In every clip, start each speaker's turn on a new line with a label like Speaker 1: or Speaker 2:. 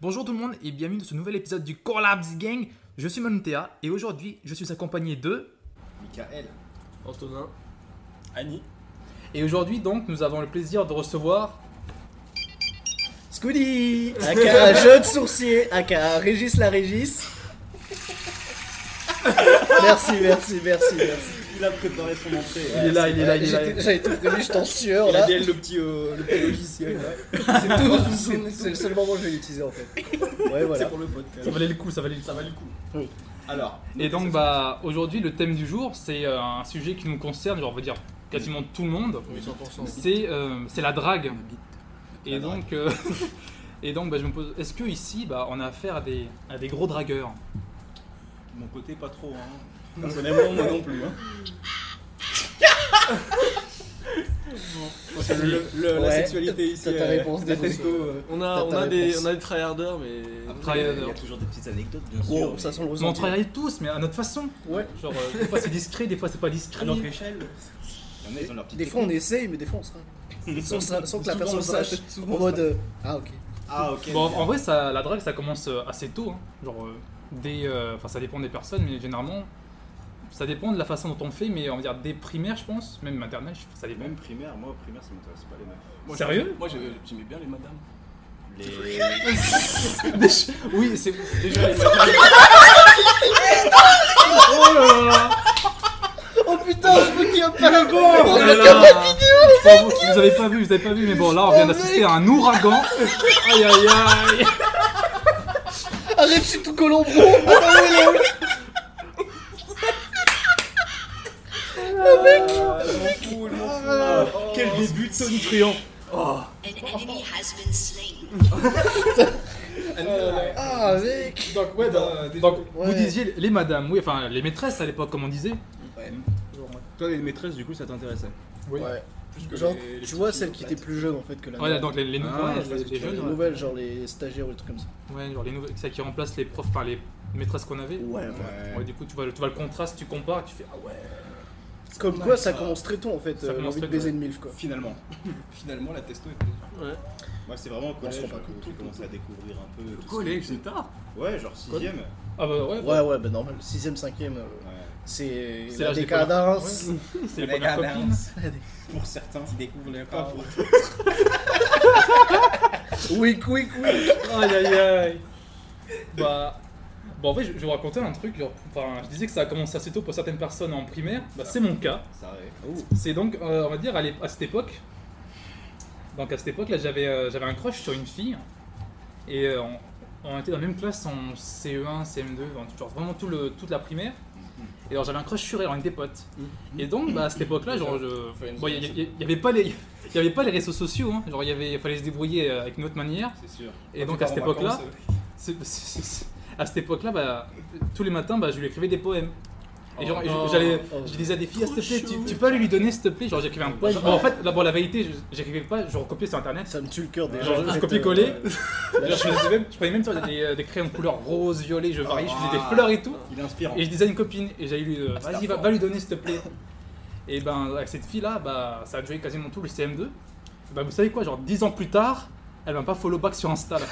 Speaker 1: Bonjour tout le monde et bienvenue dans ce nouvel épisode du Collabs Gang. Je suis Manutea et aujourd'hui je suis accompagné de.
Speaker 2: Michael,
Speaker 3: Antonin,
Speaker 2: Annie,
Speaker 1: Et aujourd'hui donc nous avons le plaisir de recevoir.
Speaker 4: Scoody Aka Jeune Sourcier Aka Régis la Régis Merci, merci, merci, merci.
Speaker 2: il a préparé son entrée.
Speaker 1: Il est là, il est là, il est là.
Speaker 4: J'étais- J'avais tout prévu, je t'en sueur
Speaker 2: Il a
Speaker 4: là.
Speaker 2: bien le petit, euh, le petit logiciel. là.
Speaker 4: C'est tout, c'est- c'est le seul moment où je vais l'utiliser en fait. Ouais, voilà.
Speaker 2: C'est pour le podcast.
Speaker 1: Ça valait le coup, ça valait le coup.
Speaker 2: Ça valait le coup.
Speaker 4: Oui.
Speaker 2: Alors,
Speaker 1: Et donc bah aujourd'hui le thème du jour c'est euh, un sujet qui nous concerne, genre on va dire quasiment tout le monde.
Speaker 3: oui 100%.
Speaker 1: C'est euh, c'est la drague. Et
Speaker 2: La
Speaker 1: donc euh, et donc bah, je me pose, est-ce que ici bah on a affaire à des à des gros dragueurs
Speaker 2: de mon côté, pas trop. Hein. Personnellement, moi non plus. Hein. Parce que le- le- La
Speaker 4: Ouais.
Speaker 2: sexualité ici,
Speaker 4: T'as ta
Speaker 2: euh,
Speaker 4: réponse
Speaker 2: la
Speaker 4: déposée.
Speaker 2: testo. euh,
Speaker 3: On a,
Speaker 4: T'as
Speaker 3: on
Speaker 4: ta
Speaker 3: a des,
Speaker 4: réponse.
Speaker 3: on a des tryharders, mais.
Speaker 1: Tryharders.
Speaker 5: euh, Il y a toujours des petites anecdotes, bien sûr.
Speaker 4: Wow, Oh, ça sent le
Speaker 1: Mais On
Speaker 4: ressenti.
Speaker 1: travaille tous mais à notre façon.
Speaker 4: Ouais.
Speaker 1: Genre euh, des fois c'est discret, des fois c'est pas
Speaker 2: À
Speaker 1: discret.
Speaker 2: notre échelle,
Speaker 5: Il y en a, ils ont leur petite
Speaker 4: Des fois on essaye, mais des fois on se rate. Sans, sa- sans que la
Speaker 2: Souvent, on
Speaker 4: personne
Speaker 2: se rate.
Speaker 4: sache.
Speaker 2: Souvent, on
Speaker 4: En
Speaker 2: se
Speaker 4: mode. euh, Ah, ok.
Speaker 2: Ah, ok.
Speaker 1: Bon, en vrai, ça, la drague, ça commence euh, assez tôt. hein. Genre, euh, dès, euh, enfin, ça dépend des personnes, mais généralement, ça dépend de la façon dont on le fait. Mais on va dire dès primaire, je pense, même maternelle, je- ça dépend.
Speaker 5: Même primaire, moi, primaire, ça m'intéresse pas les meufs.
Speaker 3: Moi,
Speaker 1: Sérieux
Speaker 3: j'aimais- Moi j'aimais j'aimais bien les madames.
Speaker 5: Les.
Speaker 2: Ah,
Speaker 1: Oui, c'est
Speaker 3: Déjà les madames.
Speaker 1: oh là là.
Speaker 4: Oh putain, je me qu'il pas le
Speaker 1: Oh
Speaker 4: bon
Speaker 1: là là. Enfin, vous, vous avez pas vu, vous avez pas vu, mais bon, là, on vient
Speaker 4: Oh,
Speaker 1: d'assister à un ouragan. Aïe aïe aïe.
Speaker 4: Arrête, je suis tout colombo Attends, où il est, où il est
Speaker 2: Ah, je m'en fous, je m'en fous. Ah, Quel début de Tony Truant.
Speaker 6: An enemy has been slain.
Speaker 4: Ah, mec
Speaker 2: Donc, ouais, bah, déjà-
Speaker 1: Donc, vous
Speaker 4: Ouais.
Speaker 1: disiez les madames, oui, enfin, les maîtresses à l'époque, comme on disait.
Speaker 2: Toi, les maîtresses, du coup, ça t'intéressait
Speaker 4: Ouais.
Speaker 3: Plus que
Speaker 4: Genre,
Speaker 3: les- les
Speaker 4: tu
Speaker 3: petites
Speaker 4: vois
Speaker 3: filles,
Speaker 4: celle
Speaker 3: en
Speaker 4: qui
Speaker 3: fait.
Speaker 4: était plus jeune en fait que la
Speaker 1: Ouais, donc les, les,
Speaker 2: Ah,
Speaker 1: ouais,
Speaker 2: je vois
Speaker 1: les-
Speaker 2: ce que
Speaker 1: les
Speaker 2: tu veux
Speaker 1: jeunes.
Speaker 4: Les
Speaker 2: dire.
Speaker 1: ouais.
Speaker 4: nouvelles, genre les stagiaires ou les trucs comme ça.
Speaker 1: Ouais, genre les nouvelles, celles qui remplacent les profs, enfin, les maîtresses qu'on avait.
Speaker 4: Ouais,
Speaker 1: Ouais, du coup, tu vois, le- tu vois le contraste, tu compares, tu fais ah ouais.
Speaker 4: Comme quoi, ça commence très tôt en fait,
Speaker 1: Ça
Speaker 4: euh,
Speaker 1: commence
Speaker 4: l'envie de
Speaker 1: très
Speaker 4: baiser une MILF quoi.
Speaker 5: Finalement.
Speaker 2: Finalement, la testo est
Speaker 3: Ouais.
Speaker 5: Moi, c'est vraiment au
Speaker 4: se
Speaker 5: collège
Speaker 4: rend pas
Speaker 5: que
Speaker 4: compte.
Speaker 5: j'ai commencé à découvrir un peu. tout ce
Speaker 3: Collège,
Speaker 5: qui
Speaker 3: c'est tard.
Speaker 5: était- Ouais, genre 6ème.
Speaker 1: Ah bah ouais,
Speaker 4: Ouais, ouais, bah normal. 6ème, 5ème, c'est
Speaker 1: C'est
Speaker 4: la
Speaker 1: l'âge des
Speaker 4: décadence.
Speaker 1: c'est les premières copines.
Speaker 5: Pour certains.
Speaker 2: Qui découvre les pas pour
Speaker 4: Oui, oui, oui.
Speaker 1: Aïe aïe aïe. Bah. Bon, en fait, je je vais vous raconter un truc. genre, enfin, je disais que ça a commencé assez tôt pour certaines personnes en primaire. Bah, c'est mon cas.
Speaker 5: Ça arrive.
Speaker 1: C'est donc, euh, on va dire, à, l'ép- à cette époque. Donc, à cette époque-là, j'avais euh, j'avais un crush sur une fille. Et euh, on, on était dans la même classe en E CE1, CM2, enfin, genre vraiment tout le, toute la primaire. Et alors, j'avais un crush sur elle, on était potes. Et donc, bah, à cette époque-là, genre,
Speaker 3: Faut une
Speaker 1: je. Bon, il n'y avait pas les. Il y avait pas les réseaux sociaux, hein. genre il y avait, fallait se débrouiller euh, avec une autre manière.
Speaker 2: C'est sûr.
Speaker 1: Et donc à cette époque-là, c'est- c'est- c'est- à cette époque-là, bah, tous les matins, bah, je lui écrivais des poèmes. Et genre,
Speaker 3: Oh non.
Speaker 1: je- j'allais,
Speaker 4: Oh.
Speaker 1: je disais à des filles, Ah, s'il te plaît, tu,
Speaker 3: chou.
Speaker 1: tu peux aller lui donner, s'il te plaît. Genre, j'écrivais un poème. Bon, en fait, là, bon, la vérité, je- j'écrivais pas, je recopiais sur internet.
Speaker 4: Ça me tue le cœur déjà.
Speaker 1: Genre,
Speaker 4: Vous
Speaker 1: je
Speaker 4: êtes,
Speaker 1: copier-coller.
Speaker 4: euh,
Speaker 1: Genre, je, faisais même, je prenais même sur des, euh, des crayons de couleur rose, violet, je variais, je faisais des
Speaker 5: Ah.
Speaker 3: Oh.
Speaker 1: fleurs et tout.
Speaker 5: Il est inspirant.
Speaker 1: Et je disais à une copine, et j'allais lui,
Speaker 3: Ah,
Speaker 1: euh, vas-y, va,
Speaker 5: fort.
Speaker 1: va lui donner, s'il te plaît. Et ben, avec cette fille-là, bah, ça a duré quasiment tout le CM2. Bah, vous savez quoi, genre 10 ans plus tard, elle m'a pas follow back sur Insta. là.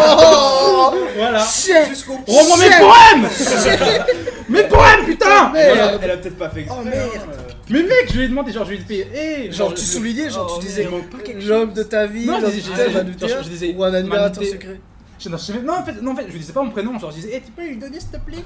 Speaker 4: Oh
Speaker 1: Voilà.
Speaker 4: Shit
Speaker 5: Jusqu'au.
Speaker 1: Rends-moi mes poèmes Mes poèmes, putain
Speaker 5: Elle a,
Speaker 4: Merde
Speaker 5: elle a peut-être pas fait exprès.
Speaker 4: Oh merde
Speaker 5: hein, euh,
Speaker 1: Mais mec, je lui ai demandé, genre, je lui ai eh, dit, hé
Speaker 4: Genre, tu soulignais, genre,
Speaker 3: Oh,
Speaker 4: tu disais
Speaker 3: il
Speaker 4: l'homme de ta vie,
Speaker 1: Non, je
Speaker 4: l'homme
Speaker 1: disais- je
Speaker 4: de ta
Speaker 1: disais-
Speaker 4: vie,
Speaker 1: genre, je disais-
Speaker 4: ou un admirateur
Speaker 1: Manité.
Speaker 4: secret.
Speaker 1: je- non, je savais- non, en fait, non, en fait, je lui disais pas mon prénom, genre, je disais, hé, tu peux lui donner, s'il te plaît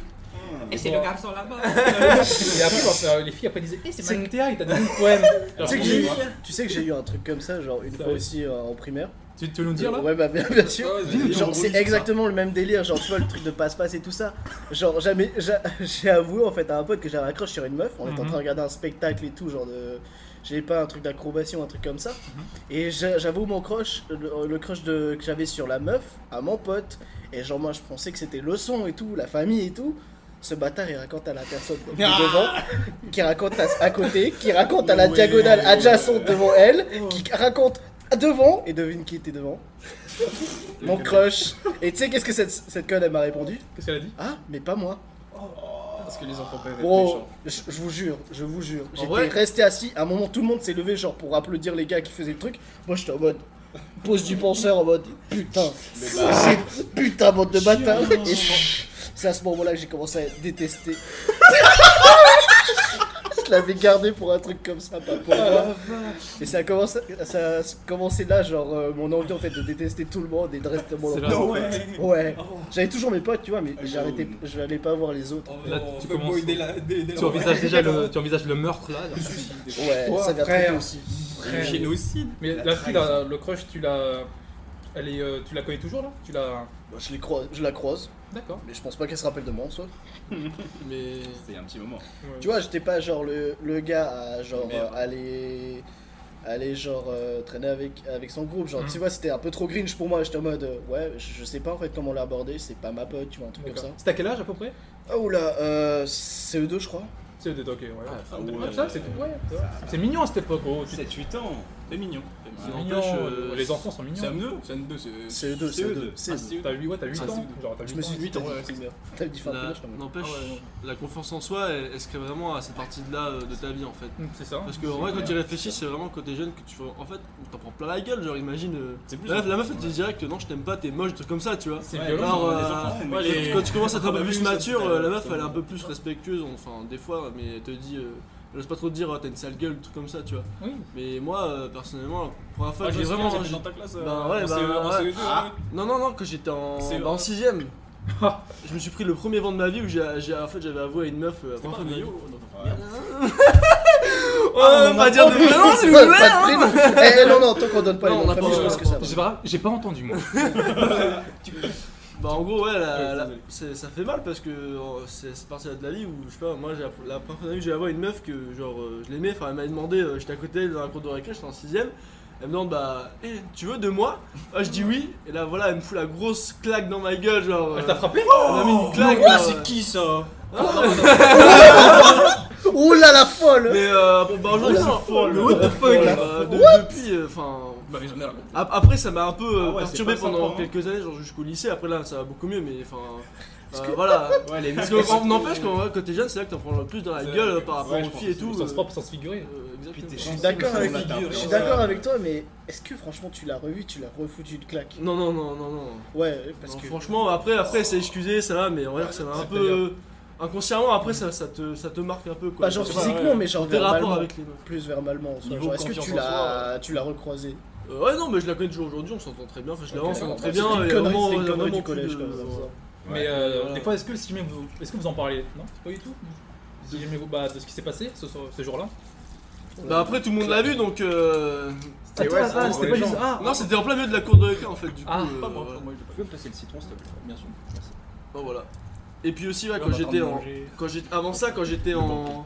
Speaker 1: Et c'est le garçon là-bas Et après, genre, euh, les filles, après, disaient, hé, c'est
Speaker 4: C'est-
Speaker 1: Manutea, il t'a donné le poème
Speaker 4: Tu
Speaker 1: Alors,
Speaker 4: sais que
Speaker 1: bon,
Speaker 4: j'ai eu- tu sais que j'ai eu un truc comme ça, genre une
Speaker 1: Ça
Speaker 4: fois
Speaker 1: va.
Speaker 4: aussi euh, en primaire.
Speaker 1: Tu tu veux nous le dire, là
Speaker 4: Ouais, bah bien bien sûr.
Speaker 3: Ouais,
Speaker 1: Dis-nous
Speaker 3: vas-y. hein.
Speaker 4: Genre c'est exactement le même délire, genre tu vois le truc de passe-passe et tout ça. Genre jamais j'a- j'ai avoué en fait à un pote que j'avais un crush sur une meuf, on était en
Speaker 1: Mhm.
Speaker 4: train de regarder un spectacle et tout, genre de j'ai pas un truc d'acrobatie ou un truc comme ça. Et j'a- j'avoue mon crush, le, le crush de, que j'avais sur la meuf à mon pote. Et genre moi je pensais que c'était le son et tout, la famille et tout. Ce bâtard il raconte à la personne de devant, qui raconte à, à côté, qui raconte à la diagonale adjacente devant elle, qui raconte devant et devine qui était devant. Mon crush. Et tu sais qu'est-ce que cette, cette conne elle m'a répondu
Speaker 1: Qu'est-ce qu'elle a dit
Speaker 4: Ah, mais pas moi.
Speaker 3: Parce que les enfants peuvent être
Speaker 4: Oh,
Speaker 3: méchants.
Speaker 4: je je vous jure, je vous jure. J'étais
Speaker 3: vrai
Speaker 4: resté assis. À un moment, tout le monde s'est levé genre pour applaudir les gars qui faisaient le truc. Moi, j'étais en mode. pose du penseur en mode putain,
Speaker 5: Le bas.
Speaker 4: c'est putain bande de bâtards.
Speaker 2: Chiant.
Speaker 4: Et c'est à ce moment-là que j'ai commencé à détester. Je l'avais gardé pour un truc comme ça, pas pour moi. Et ça a commencé, ça a commencé là, genre euh, mon envie en fait de détester tout le monde et de rester mon
Speaker 1: C'est là.
Speaker 4: envie.
Speaker 5: Non, ouais.
Speaker 4: Ouais, Oh, j'avais toujours mes potes, tu vois, mais
Speaker 5: Ah,
Speaker 4: j'arrêtais,
Speaker 5: oui.
Speaker 4: je n'allais pas voir les autres.
Speaker 1: Là,
Speaker 3: Oh,
Speaker 1: tu
Speaker 3: fuckboy
Speaker 1: commences.
Speaker 3: dès la- dès- dès
Speaker 1: Tu
Speaker 3: la-
Speaker 1: envisages déjà le, tu envisages le meurtre là. là.
Speaker 4: Ouais,
Speaker 5: Toi,
Speaker 4: ça vient très
Speaker 5: frère.
Speaker 4: bien aussi.
Speaker 3: Le Génocide.
Speaker 1: Mais
Speaker 5: La
Speaker 1: la fille,
Speaker 5: trahison.
Speaker 1: là, le crush, tu la, elle est, euh, tu la connais toujours là Tu la,
Speaker 4: Moi, je, les croise, je la croise,
Speaker 1: d'accord.
Speaker 4: mais je pense pas qu'elle se rappelle de moi en soi.
Speaker 3: Mais.
Speaker 5: C'est un petit moment.
Speaker 4: Tu vois, j'étais pas genre le, le gars à genre
Speaker 3: Merde.
Speaker 4: euh, aller aller genre euh, traîner avec avec son groupe
Speaker 3: Mm.
Speaker 4: genre
Speaker 1: Mhm.
Speaker 4: tu vois c'était un peu trop grinch pour moi j'étais en mode euh, ouais je, je sais pas en fait comment l'aborder c'est pas ma pote tu vois un truc comme
Speaker 1: D'accord.
Speaker 4: ça
Speaker 1: C'est à quel âge à peu près
Speaker 4: oh là euh, CE2 je crois
Speaker 1: C'est ok, ouais.
Speaker 3: Ah,
Speaker 5: ouais.
Speaker 1: Comme ça, c'est ouais, ça va. C'est mignon à cette époque, gros. Tu-
Speaker 5: 7-8 ans.
Speaker 3: C'est mignon.
Speaker 1: C'est
Speaker 3: C'est
Speaker 1: mignon, euh, les enfants sont mignons.
Speaker 3: C'est un C'est un c'est.
Speaker 5: E
Speaker 4: CE2
Speaker 5: CE2.
Speaker 4: CE2 CE2
Speaker 1: T'as 8, ouais, t'as 8
Speaker 3: Ah,
Speaker 1: ans.
Speaker 3: c'est-
Speaker 1: Genre, t'as
Speaker 4: je
Speaker 1: huit
Speaker 4: me
Speaker 1: ans.
Speaker 4: suis dit
Speaker 3: huit ans,
Speaker 4: t'as
Speaker 3: ouais,
Speaker 4: dit-
Speaker 3: c'est bien.
Speaker 4: t'as dit fin de
Speaker 3: La-
Speaker 4: l'âge quand même
Speaker 3: N'empêche,
Speaker 2: Ah ouais.
Speaker 3: la confiance en soi, elle, elle se crée vraiment à cette partie-là euh, de ta vie en fait.
Speaker 1: Mm, C'est ça.
Speaker 3: Parce que en vrai, quand tu réfléchis, c'est vraiment quand t'es jeune que tu fais- En fait, t'en prends plein la gueule, genre imagine. euh,
Speaker 5: C'est plus
Speaker 3: la, meuf-
Speaker 5: en-
Speaker 3: la meuf, elle te dit direct, non, je t'aime pas, t'es moche, des trucs comme ça, tu vois.
Speaker 1: C'est
Speaker 5: Ouais,
Speaker 1: violent.
Speaker 3: Alors,
Speaker 5: les
Speaker 3: euh,
Speaker 5: enfants, c'est
Speaker 3: ouais,
Speaker 5: méchant.
Speaker 1: les-
Speaker 3: Quand tu commences à être un peu
Speaker 5: Ah, bah
Speaker 3: plus
Speaker 5: oui, ça,
Speaker 3: mature,
Speaker 5: c'est
Speaker 3: euh,
Speaker 5: la-
Speaker 3: la meuf,
Speaker 5: c'est
Speaker 3: elle est un
Speaker 5: bon.
Speaker 3: peu plus respectueuse, enfin, des fois, mais elle te dit. euh, Elle n'ose pas trop te dire, Ah, t'as une sale gueule, des trucs comme ça, tu vois.
Speaker 1: Oui.
Speaker 3: Mais moi, euh, personnellement, la première fois
Speaker 2: Ah,
Speaker 3: que
Speaker 2: je
Speaker 3: j'ai
Speaker 2: me
Speaker 3: vraiment.
Speaker 2: souviens, j'étais dans ta classe. euh,
Speaker 3: Bah ouais,
Speaker 2: en
Speaker 3: bah
Speaker 2: CE1, en
Speaker 3: ouais.
Speaker 2: CE2,
Speaker 5: Ah.
Speaker 2: ouais.
Speaker 3: Non, non, non, que j'étais en,
Speaker 2: C'est-
Speaker 3: bah, en 6 Je me suis pris le premier vent de ma vie où j'ai, j'ai- en fait, j'avais avoué à une meuf. euh,
Speaker 2: C'était
Speaker 3: avant
Speaker 2: pas
Speaker 3: de ma
Speaker 2: un
Speaker 3: vie.
Speaker 2: Léo, non, non.
Speaker 1: Ah,
Speaker 3: Oh, on va pas dire de prénom, s'il vous plaît! hein.
Speaker 4: de prénom. Eh, non non tant qu'on donne pas
Speaker 3: Non,
Speaker 4: les
Speaker 3: on
Speaker 4: noms
Speaker 3: a
Speaker 4: de
Speaker 3: pas-
Speaker 4: famille, euh, je pense que ça va.
Speaker 1: J'ai pas, j'ai pas entendu moi.
Speaker 3: Bah, en gros, ouais, la-
Speaker 2: Ouais,
Speaker 3: la-
Speaker 2: désolé.
Speaker 3: c'est- ça fait mal parce que euh, c'est, c'est parti de la vie où, je sais pas, moi, j'ai, appr- la première fois de ma vie, j'ai avoué à une meuf que, genre, euh, je l'aimais, enfin, elle m'a demandé, euh, j'étais à côté dans la cour de récré, j'étais en 6 Elle me demande, bah, eh, tu veux de moi? Ah, je dis oui, et là, voilà, elle me fout la grosse claque dans ma gueule, genre.
Speaker 1: Elle
Speaker 3: euh,
Speaker 1: t'a frappé
Speaker 3: elle m'a mis une claque.
Speaker 2: Ah,
Speaker 3: genre, euh,
Speaker 2: c'est qui ça
Speaker 3: Ah, ouais.
Speaker 4: Ouh là la folle
Speaker 3: Mais euh, bon, bah aujourd'hui, c'est
Speaker 2: folle.
Speaker 3: le what the fuck
Speaker 4: La
Speaker 3: euh, de- Depuis, euh, enfin.
Speaker 2: Bah, ils en ont la honte.
Speaker 3: ap- après, ça m'a un peu euh,
Speaker 5: Ah ouais,
Speaker 3: perturbé
Speaker 5: c'est pas
Speaker 3: pendant
Speaker 5: sympa, hein.
Speaker 3: quelques années, genre jusqu'au lycée. Après, là, ça va beaucoup mieux, mais enfin. euh, voilà.
Speaker 5: Ouais, les
Speaker 3: Parce
Speaker 5: mecs.
Speaker 3: que, en- n'empêche, quand, quand t'es jeune, c'est là que t'en prends le plus dans la
Speaker 1: C'est-
Speaker 3: gueule euh, par rapport
Speaker 5: ouais, je
Speaker 3: aux filles et
Speaker 5: pense,
Speaker 3: tout.
Speaker 1: Au sens
Speaker 3: euh,
Speaker 1: propre, au sens figuré.
Speaker 3: euh,
Speaker 5: Puis t'es
Speaker 3: exactement.
Speaker 5: chanceux,
Speaker 4: d'accord
Speaker 5: mais
Speaker 4: avec-
Speaker 5: on l'a tapé.
Speaker 4: je suis
Speaker 5: Ouais.
Speaker 3: euh,
Speaker 4: d'accord avec toi mais est-ce que franchement tu l'as revu tu l'as refoutu une claque
Speaker 3: Non, non, non, non, non.
Speaker 4: ouais parce
Speaker 3: Non,
Speaker 4: que
Speaker 3: Franchement, après, après, c'est excusé, ça va, mais on va dire que ça m'a un
Speaker 1: c'est
Speaker 3: peu. euh, Inconsciemment, après, ça, ça, te, ça te marque un peu quoi.
Speaker 4: pas genre
Speaker 3: Tes
Speaker 4: physiquement mais genre
Speaker 3: rapports
Speaker 4: verbalement
Speaker 3: avec les meufs.
Speaker 4: plus verbalement. en soi.
Speaker 1: Niveau
Speaker 4: Genre, Est-ce que
Speaker 1: confiance
Speaker 4: tu
Speaker 1: en
Speaker 4: l'as tu l'as recroisé
Speaker 3: Euh, ouais, non, mais je la connais toujours aujourd'hui, on s'entend très bien. Enfin, je la vois, on s'entend très
Speaker 4: C'était
Speaker 3: bien.
Speaker 4: une
Speaker 3: et
Speaker 4: connerie,
Speaker 3: vraiment,
Speaker 4: c'était une
Speaker 3: euh,
Speaker 4: connerie du
Speaker 3: vraiment
Speaker 4: collège
Speaker 3: plus de-
Speaker 4: comme ça.
Speaker 1: Mais euh,
Speaker 3: voilà.
Speaker 1: des fois, est-ce que si jamais vous, est-ce que vous en parlez Non, pas du tout. Si jamais vous, bah, de ce qui s'est passé ce, soir- ce jour-là.
Speaker 3: Bah après tout le monde l'a vu donc euh...
Speaker 5: C'était-
Speaker 4: ah,
Speaker 5: ouais, ça rend les gens.
Speaker 1: ah,
Speaker 3: Non c'était en plein milieu de la cour de récré en fait du coup
Speaker 1: Ah,
Speaker 3: euh,
Speaker 2: Pas moi,
Speaker 3: voilà.
Speaker 2: pas moi, je l'ai pas
Speaker 5: Tu
Speaker 2: fait.
Speaker 5: peux me placer le citron, s'il te plaît Bien sûr. Merci.
Speaker 3: Bon, voilà. Et puis aussi ouais,
Speaker 2: Ouais,
Speaker 3: quand
Speaker 2: on est en train
Speaker 3: j'étais
Speaker 2: de
Speaker 3: en...
Speaker 2: manger.
Speaker 3: quand j'étais avant ça quand j'étais en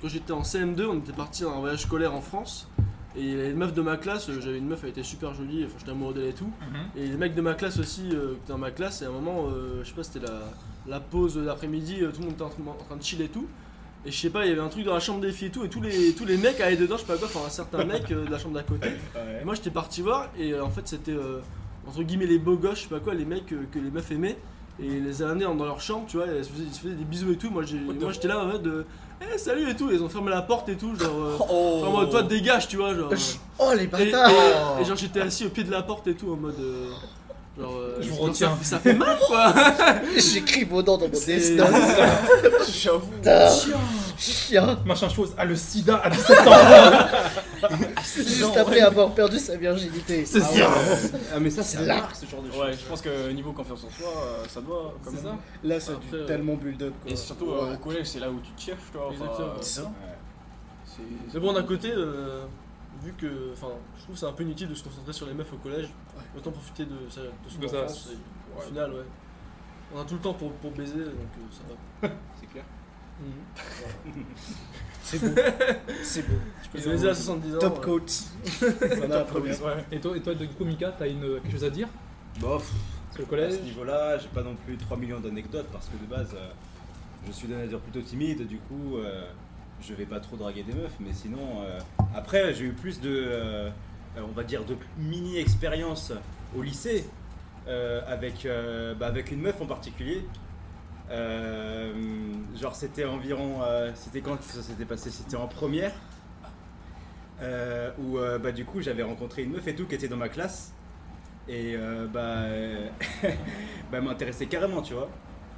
Speaker 3: quand j'étais en CM2 on était parti en voyage scolaire en France et il y avait une meuf de ma classe euh, j'avais une meuf elle était super jolie enfin j'étais amoureux d'elle et tout
Speaker 1: mhm.
Speaker 3: et les mecs de ma classe aussi euh, qui étaient dans ma classe et à un moment euh, je sais pas c'était la la pause d'après-midi euh, tout le monde était en train, en train de chiller et tout et je sais pas il y avait un truc dans la chambre des filles et tout et tous les tous les mecs allaient dedans je sais pas quoi enfin un certain mec euh, de la chambre d'à côté Et
Speaker 5: Ouais.
Speaker 3: moi j'étais parti voir et euh, en fait c'était euh, entre guillemets les beaux gosses, je sais pas quoi, les mecs euh, que les meufs aimaient et ils les amenaient dans leur chambre, tu vois, et ils se faisaient, ils se faisaient des bisous et tout. Moi j'ai- moi, j'étais là en mode de Eh, salut et tout, et ils ont fermé la porte et tout, genre euh, en mode toi dégage, tu vois, genre. euh,
Speaker 4: Ch- Oh les
Speaker 3: et,
Speaker 4: bâtards
Speaker 3: et- et genre j'étais assis au pied de la porte et tout en mode euh, genre euh,
Speaker 1: Je vous
Speaker 3: genre, ça,
Speaker 1: retiens.
Speaker 3: ça fait mal quoi.
Speaker 4: J'écris vos noms dans mon
Speaker 3: C'est-
Speaker 4: destin
Speaker 3: J'avoue.
Speaker 4: Putain, Chien
Speaker 1: Machin chose. Ah, le sida à 17 ans.
Speaker 4: Juste après avoir perdu sa virginité.
Speaker 1: C'est
Speaker 5: Ah,
Speaker 1: ça.
Speaker 5: ouais. Ah, mais ça, c'est
Speaker 4: Là.
Speaker 5: marque ce genre de choses.
Speaker 2: Ouais, je pense que niveau confiance en soi, euh, ça doit quand
Speaker 1: C'est
Speaker 2: même.
Speaker 1: ça.
Speaker 4: Là c'est
Speaker 3: Après,
Speaker 4: du
Speaker 3: euh,
Speaker 4: tellement build-up quoi.
Speaker 2: Et surtout
Speaker 4: Ouais.
Speaker 2: euh, au collège, c'est là où tu te cherches, toi.
Speaker 5: Ah,
Speaker 2: enfin,
Speaker 3: Exactement.
Speaker 2: euh,
Speaker 4: C'est ça.
Speaker 2: c'est-
Speaker 3: Mais bon d'un côté euh, vu que enfin je trouve que c'est un peu inutile de se concentrer sur les meufs au collège, autant profiter de, sa- de son
Speaker 1: De ça.
Speaker 3: enfance et- Au
Speaker 2: Ouais.
Speaker 3: final, ouais. On a tout le temps pour, pour baiser, donc euh, ça va.
Speaker 5: C'est clair.
Speaker 1: Mm.
Speaker 4: C'est beau. C'est beau.
Speaker 3: Je peux baiser à 70 ans.
Speaker 4: Top
Speaker 3: euh,
Speaker 4: coat. On a la première.
Speaker 2: Ouais.
Speaker 1: Et toi, et toi, du coup, Mika, t'as une quelque chose à dire
Speaker 5: Bof.
Speaker 1: sur le
Speaker 5: À
Speaker 1: collège
Speaker 5: ce niveau-là, j'ai pas non plus 3 millions d'anecdotes parce que de base, euh, je suis d'un nature plutôt timide, du coup, euh, je vais pas trop draguer des meufs, mais sinon, euh, après, j'ai eu plus de, euh, euh, on va dire, de mini-expériences au lycée euh, avec, euh, bah, avec une meuf en particulier. Euh, genre, c'était environ, euh, c'était quand que ça s'était passé C'était en première. euh, où euh, bah, du coup j'avais rencontré une meuf et tout qui était dans ma classe et euh, bah, euh, bah, elle m'intéressait carrément, tu vois,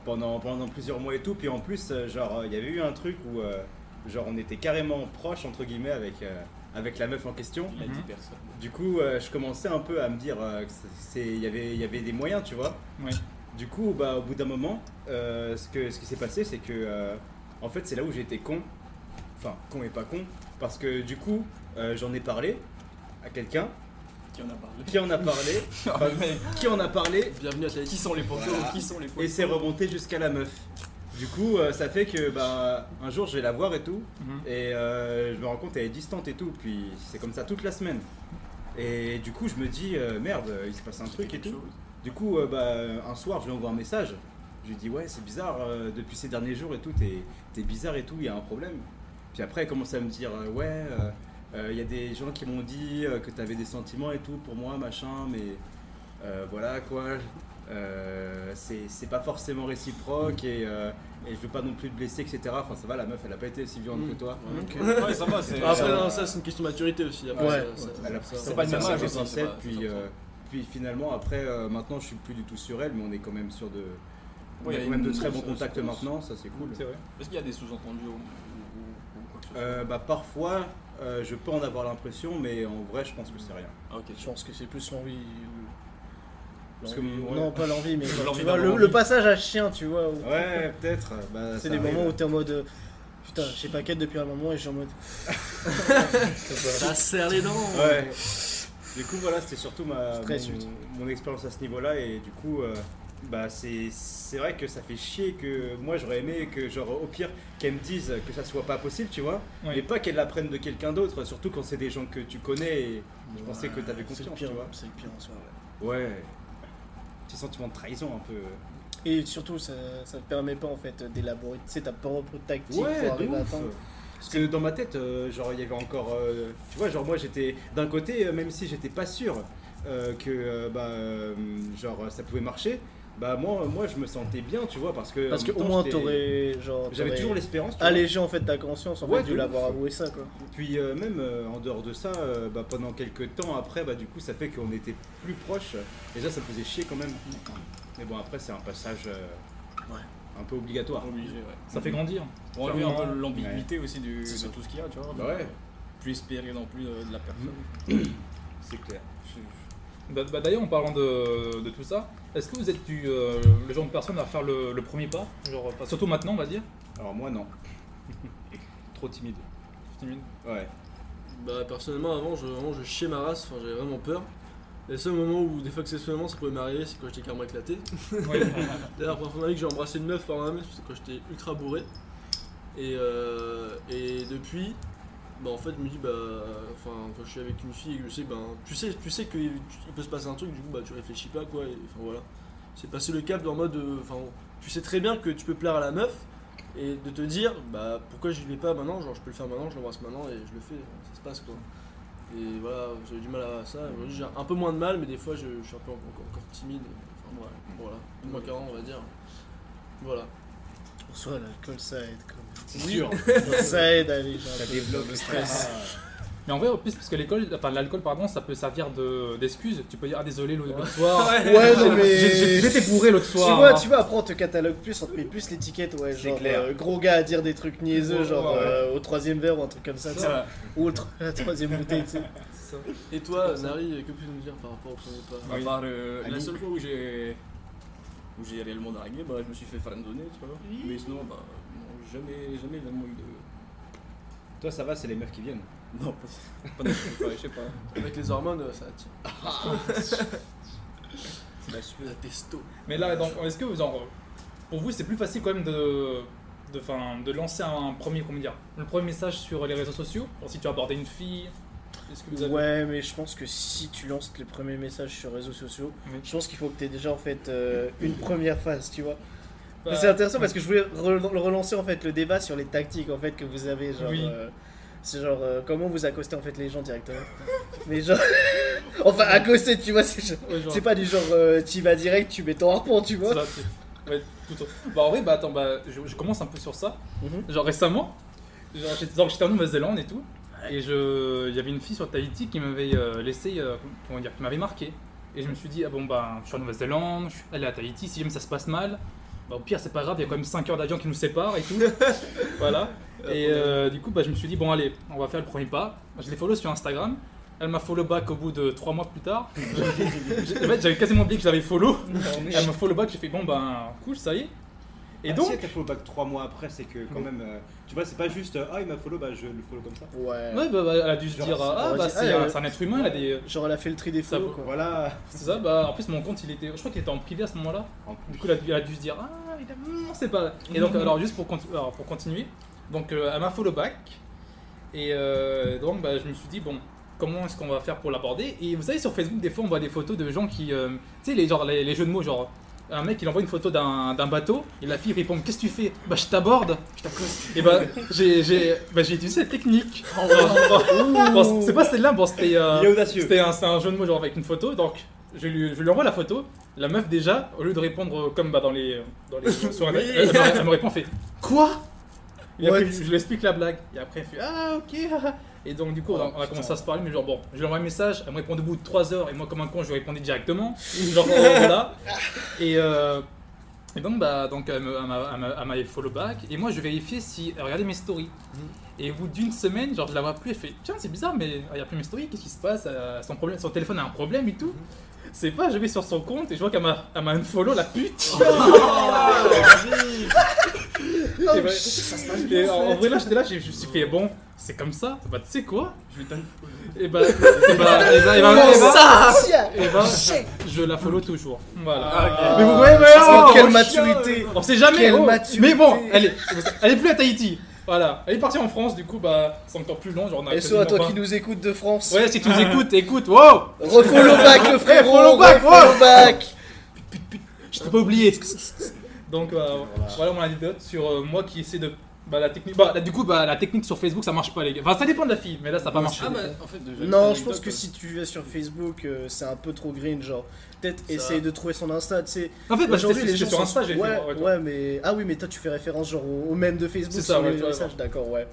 Speaker 5: pendant, pendant plusieurs mois et tout. Puis en plus, euh, genre, euh, il y avait eu un truc où euh, genre on était carrément proche entre guillemets avec, euh, avec la meuf en question.
Speaker 2: Il a dit
Speaker 1: Mhm.
Speaker 2: personne.
Speaker 5: Du coup, euh, je commençais un peu à me dire euh, que c'est- c'est- il y avait- il y avait des moyens, tu vois.
Speaker 1: Ouais.
Speaker 5: Du coup, bah, au bout d'un moment, euh, ce, que, ce qui s'est passé, c'est que, euh, en fait, c'est là où j'ai été con. Enfin, con et pas con. Parce que du coup, euh, j'en ai parlé à quelqu'un
Speaker 2: Qui en a parlé
Speaker 5: qui en a parlé,
Speaker 2: Ah, mais
Speaker 5: qui en a parlé,
Speaker 3: Bienvenue à Tahiti.
Speaker 2: Qui sont les poteaux
Speaker 5: Voilà.
Speaker 2: Qui sont les poteaux
Speaker 5: et c'est remonté jusqu'à la meuf. Du coup, euh, ça fait que, bah, un jour, je vais la voir et tout.
Speaker 1: Mhm.
Speaker 5: Et euh, je me rends compte elle est distante et tout, puis c'est comme ça toute la semaine. Et du coup je me dis euh, merde, euh, il se passe un truc et tout. Du coup euh, bah, un soir je lui envoie un message. Je lui dis ouais c'est bizarre euh, depuis ces derniers jours et tout, t'es t'es bizarre et tout, il y a un problème. Puis après elle commence à me dire euh, ouais euh, euh, il y a des gens qui m'ont dit euh, que t'avais des sentiments et tout pour moi machin, mais euh, voilà quoi. euh, c'est c'est pas forcément réciproque et, euh, et je veux pas non plus te blesser etc enfin ça va la meuf elle a pas été aussi violente
Speaker 3: Mm.
Speaker 5: que toi
Speaker 2: Ouais, ça va, c'est.
Speaker 3: Après,
Speaker 5: Euh,
Speaker 1: hein.
Speaker 3: non, ça, c'est une question de maturité aussi. Après,
Speaker 4: Ouais.
Speaker 3: ça- ça-
Speaker 5: Elle a pris
Speaker 3: ça-
Speaker 5: ça
Speaker 2: C'est
Speaker 5: en
Speaker 2: pas le même âge
Speaker 5: 1957,
Speaker 2: aussi, c'est pas-
Speaker 5: puis,
Speaker 2: c'est pas
Speaker 5: euh,
Speaker 2: ça.
Speaker 5: puis finalement, après, euh, maintenant, je suis plus du tout sur elle, mais on est quand même sur de, on
Speaker 2: Ouais,
Speaker 5: a
Speaker 2: il y a
Speaker 5: quand même de
Speaker 2: une-
Speaker 5: très
Speaker 2: ça,
Speaker 5: bons
Speaker 2: ça
Speaker 5: contacts
Speaker 2: commence.
Speaker 5: maintenant, ça c'est cool.
Speaker 1: C'est vrai.
Speaker 2: Est-ce qu'il y a des sous-entendus ou, ou- ou- ou quoi que ce soit
Speaker 5: Euh, bah, parfois, euh, je peux en avoir l'impression, mais en vrai, je pense que c'est rien.
Speaker 2: Ah, ok.
Speaker 4: Je pense que c'est plus l'envie.
Speaker 5: Parce que
Speaker 4: l'envie-
Speaker 5: moi-
Speaker 4: Non, pas l'envie, mais
Speaker 2: L'envie
Speaker 4: tu vois,
Speaker 2: d'avoir
Speaker 4: le,
Speaker 2: envie.
Speaker 4: le passage à chien, tu vois. où-
Speaker 5: Ouais, peut-être. bah, ça
Speaker 4: C'est des
Speaker 5: arrive.
Speaker 4: moments où t'es en mode. euh, Putain, je sais pas quête depuis un moment et je suis en mode.
Speaker 3: Ça serre les dents.
Speaker 5: Ouais. Du coup, voilà, c'était surtout ma
Speaker 4: Stress,
Speaker 5: mon,
Speaker 4: huit.
Speaker 5: mon expérience à ce niveau-là, et du coup, euh, bah c'est c'est vrai que ça fait chier que moi j'aurais aimé que genre au pire qu'elle me dise que ça soit pas possible, tu vois,
Speaker 1: Oui.
Speaker 5: mais pas qu'elle l'apprenne de quelqu'un d'autre, surtout quand c'est des gens que tu connais. Et je pensais que t'avais
Speaker 4: C'est le
Speaker 5: confiance,
Speaker 4: pire,
Speaker 5: tu vois.
Speaker 4: C'est le pire en soi, ouais.
Speaker 5: Ouais. Petit sentiment de trahison un peu. euh,
Speaker 4: Et surtout, ça, ça te permet pas en fait d'élaborer tu sais, ta propre tactique
Speaker 5: Ouais, de
Speaker 4: pour arriver à
Speaker 5: ouf. Euh,
Speaker 4: atteindre.
Speaker 5: Parce que dans ma tête, euh, genre, il y avait encore. euh, tu vois, genre, moi, j'étais. D'un côté, euh, même si j'étais pas sûr euh, que, euh, bah, euh, genre, ça pouvait marcher, bah, moi, moi, je me sentais bien, tu vois, parce que.
Speaker 4: Parce
Speaker 5: en
Speaker 4: que
Speaker 5: même
Speaker 4: au
Speaker 5: temps,
Speaker 4: moins,
Speaker 5: j'étais-
Speaker 4: t'aurais. genre,
Speaker 5: J'avais
Speaker 4: t'aurais
Speaker 5: toujours l'espérance. tu vois.
Speaker 4: Allégé en fait ta conscience en
Speaker 5: Ouais,
Speaker 4: fait
Speaker 5: de
Speaker 4: de l'avoir
Speaker 5: ouf.
Speaker 4: avoué ça quoi.
Speaker 5: Puis, euh, même euh, en dehors de ça, euh, bah, pendant quelques temps après, bah, du coup, ça fait qu'on était plus proches. Déjà, ça me faisait chier quand même. Mais bon, après, c'est un passage. euh,
Speaker 4: Ouais.
Speaker 5: Un peu obligatoire.
Speaker 2: Obligé, ouais.
Speaker 1: Ça fait grandir.
Speaker 2: Pour enlever un
Speaker 1: Clairement.
Speaker 2: peu l'ambiguïté aussi du, de tout ce qu'il y a, tu vois.
Speaker 5: Bah ouais.
Speaker 2: Plus espérer non plus euh, de la personne.
Speaker 5: C'est clair.
Speaker 1: Bah, bah, D'ailleurs, en parlant de, de tout ça, est-ce que vous êtes du, euh, le genre de personne à faire le, le premier pas Genre, enfin, Surtout maintenant, on va dire.
Speaker 5: Alors, moi, non. Trop timide.
Speaker 1: Timide.
Speaker 5: Ouais.
Speaker 3: Bah personnellement avant je, vraiment, je chiais ma race, enfin j'avais vraiment peur. Les seuls moments où des fois exceptionnellement ça pouvait m'arriver c'est quand j'étais carrément éclaté.
Speaker 1: Ouais.
Speaker 3: D'ailleurs la première fois de ma vie que j'ai embrassé une meuf par moi même c'est quand j'étais ultra bourré. Et, euh, et depuis, bah en fait je me dis bah enfin quand je suis avec une fille et que je sais ben tu sais tu sais qu'il tu- il peut se passer un truc du coup bah tu réfléchis pas quoi et enfin voilà. C'est passer le cap en mode euh, enfin tu sais très bien que tu peux plaire à la meuf et de te dire bah pourquoi je vais pas maintenant genre je peux le faire maintenant je l'embrasse maintenant et je le fais ça se passe quoi et voilà j'avais du mal à ça aujourd'hui j'ai un peu moins de mal mais des fois je, je suis un peu encore, encore timide enfin voilà, voilà moins qu'avant on va dire voilà
Speaker 4: Pour soi l'alcool ça aide quand
Speaker 5: C'est sûr.
Speaker 4: même. ça aide à alléger un
Speaker 5: Ça
Speaker 4: peu
Speaker 5: développe le stress.
Speaker 1: Mais en vrai, en plus, parce que l'école, enfin l'alcool, pardon, ça peut servir de- d'excuse. Tu peux dire, ah désolé l'autre l'autre soir.
Speaker 4: Ouais, non, mais-
Speaker 1: J'ai- j'ai- J'étais bourré l'autre
Speaker 4: Tu
Speaker 1: soir.
Speaker 4: vois, tu vois, après on te catalogue plus, on te met plus l'étiquette, ouais,
Speaker 5: C'est
Speaker 4: genre
Speaker 5: clair.
Speaker 4: euh, gros gars à dire des trucs niaiseux,
Speaker 1: Ouais,
Speaker 4: genre
Speaker 1: ouais.
Speaker 4: euh, au troisième verre ou un truc comme ça, tu sais.
Speaker 2: Ça,
Speaker 4: ou au tro- la troisième bouteille, tu sais.
Speaker 1: Ça.
Speaker 3: et toi Nari que peux-tu nous dire par rapport au premier pas
Speaker 2: à part, euh, la
Speaker 5: Ami.
Speaker 2: seule fois où j'ai où j'ai réellement dragué, bah, je me suis fait friendzoner, tu vois. Mais sinon, bah, non, jamais, jamais vraiment eu de.
Speaker 5: Toi, ça va, c'est les meufs qui viennent.
Speaker 2: Non, pas, pas de ouais, je sais pas.
Speaker 3: avec les hormones euh, ça attire
Speaker 2: C'est la sueur.
Speaker 3: la testo
Speaker 1: Mais là, donc, est-ce que vous en. Pour vous, c'est plus facile quand même de. De, 'fin, de lancer un premier, comment dire, le premier message sur les réseaux sociaux, Genre, si tu as abordé une fille, est-ce que vous avez...
Speaker 4: Ouais, mais je pense que si tu lances les premiers messages sur réseaux sociaux,
Speaker 1: Oui.
Speaker 4: je pense qu'il faut que t'aies déjà en fait euh, une première phase, tu vois.
Speaker 1: Bah,
Speaker 4: Mais c'est intéressant parce que je voulais re- relancer en fait le débat sur les tactiques en fait que vous avez, genre.
Speaker 1: Oui.
Speaker 4: euh, c'est genre euh, comment vous accostez en fait les gens directement. mais genre, enfin accoster, tu vois, c'est genre-
Speaker 1: ouais, genre-
Speaker 4: C'est pas du genre euh, tu y vas direct, tu mets ton harpon, tu
Speaker 1: C'est
Speaker 4: vois.
Speaker 1: ça, c'est- ouais, tout au- Bah en vrai, bah attends, bah, je, je commence un peu sur ça.
Speaker 4: Mhm.
Speaker 1: Genre récemment, genre, j'étais, donc, j'étais en Nouvelle-Zélande et tout. Et je, il y avait une fille sur Tahiti qui m'avait euh, laissé, euh, comment dire, qui m'avait marqué. Et je me suis dit, ah bon, bah, je suis en Nouvelle-Zélande, je suis allé à Tahiti, si jamais ça se passe mal, bah, au pire, c'est pas grave, il y a quand même 5 heures d'avion qui nous séparent et tout. voilà. Et euh, du coup, bah, je me suis dit, bon, allez, on va faire le premier pas. Je l'ai follow sur Instagram. Elle m'a follow back au bout de 3 mois plus tard. J'ai- en fait, j'avais quasiment oublié que je l'avais follow. Et elle m'a follow back, j'ai fait, bon, ben, cool, ça y est. Et
Speaker 5: Ah,
Speaker 1: donc,
Speaker 5: si elle t'a follow back 3 mois après, c'est que quand
Speaker 1: Oui.
Speaker 5: même. euh, tu vois, c'est pas juste euh, Ah, il m'a follow, bah je le follow comme ça.
Speaker 4: Ouais.
Speaker 1: ouais, bah, bah, elle a dû se
Speaker 5: Genre,
Speaker 1: dire,
Speaker 5: c'est-
Speaker 1: ah,
Speaker 4: ouais,
Speaker 1: bah,
Speaker 4: c'est-
Speaker 1: c'est
Speaker 4: ah,
Speaker 1: un-
Speaker 4: ouais.
Speaker 1: c'est un être humain, elle a des. euh,
Speaker 4: Genre, elle a fait le tri des
Speaker 1: Ça
Speaker 4: follow,
Speaker 1: vaut-
Speaker 4: quoi.
Speaker 5: Voilà.
Speaker 1: C'est ça, bah en plus mon compte il était. Je crois qu'il était en privé à ce moment-là.
Speaker 5: En plus. Mhm.
Speaker 1: Du coup, elle a dû, elle a dû se dire Ah, il a- hmm, on sait pas. Et donc, alors juste pour, conti- alors, pour continuer, donc euh, elle m'a follow back. Et euh, donc, bah, je me suis dit Bon, comment est-ce qu'on va faire pour l'aborder Et vous savez, sur Facebook, des fois on voit des photos de gens qui. euh, tu sais, les, genre, les, les jeux de mots, genre. Un mec il envoie une photo d'un d'un bateau et la fille répond Qu'est-ce que tu fais Bah je t'aborde Et bah j'ai j'ai- bah, j'ai utilisé cette technique Bon, C'est pas celle-là, bon c'était euh,
Speaker 5: Il est audacieux.
Speaker 1: c'était un, c'est un jeu de mots genre avec une photo, donc je lui, je lui envoie la photo. La meuf déjà, au lieu de répondre euh, comme bah, dans les, dans les sur Internet, elle, elle me- elle me répond fait quoi Et après,
Speaker 4: What
Speaker 1: je, je lui explique la blague. Et après elle fait ah ok. ah, ah. Et donc du coup on a- on a commencé à se parler, mais genre bon, je lui envoie un message, elle me répond au bout de 3 heures et moi comme un con je lui répondais directement. Genre euh, voilà. Et euh, et donc, bah, donc elle me- elle m'a- elle m'a- elle m'avait follow back. Et moi, je vérifiais si elle regardait mes stories. Et au bout d'une semaine, genre, je la vois plus. Elle fait Tiens, c'est bizarre, mais elle regarde plus mes stories. Qu'est-ce qui se passe Euh, son, problème, son téléphone a un problème et tout. C'est pas, je vais sur son compte et je vois qu'elle m'a elle m'a unfollow la pute. Et bah, et en en vrai, là, j'étais là, j'ai- je me suis fait Bon, c'est comme ça. Bah, tu sais quoi
Speaker 2: Je vais t'en-
Speaker 1: Et bah, et bah, et bah, et bah, et bah,
Speaker 4: Tiens.
Speaker 1: et bah, je la follow toujours. Voilà.
Speaker 4: Ah.
Speaker 1: Mais vous voyez, mais
Speaker 4: Parce que
Speaker 1: oh,
Speaker 4: quelle
Speaker 1: oh,
Speaker 4: maturité
Speaker 1: On sait jamais.
Speaker 4: Quelle
Speaker 1: oh.
Speaker 4: maturité.
Speaker 1: Mais bon, elle est, elle est plus à Tahiti. Voilà, elle est partie en France, du coup, bah, c'est encore plus long. Genre, on a
Speaker 4: Et soit à
Speaker 1: quasiment
Speaker 4: toi
Speaker 1: pas-
Speaker 4: qui nous écoutes de France.
Speaker 1: Ouais, si tu nous écoutes, écoute, wow
Speaker 4: Refollow back Eh, le frérot.
Speaker 1: Follow back,
Speaker 4: refollow back.
Speaker 1: Je t'ai pas oublié Donc, bah, voilà mon anecdote sur euh, moi qui essaie de. Bah, la technique. Bah, là, du coup, bah, la technique sur Facebook, ça marche pas, les gars. Enfin, ça dépend de la fille, mais là, ça a pas marché.
Speaker 2: Ah bah, en fait, déjà,
Speaker 4: Non,
Speaker 2: une
Speaker 4: je pense
Speaker 1: hein.
Speaker 2: anecdote,
Speaker 4: que si tu vas sur Facebook, euh, c'est un peu trop green, genre. Peut-être essayer de trouver son Insta, tu sais.
Speaker 1: En fait, bah,
Speaker 4: Aujourd'hui,
Speaker 1: j'étais j'étais sur
Speaker 4: sont-
Speaker 1: Insta, j'ai
Speaker 4: ouais,
Speaker 1: fait. ouais,
Speaker 4: ouais,
Speaker 1: toi.
Speaker 4: mais ah oui, mais toi tu fais référence genre au, au même de Facebook
Speaker 1: C'est
Speaker 4: sur
Speaker 1: ça, ouais,
Speaker 4: les
Speaker 1: ouais,
Speaker 4: messages, d'accord, ouais.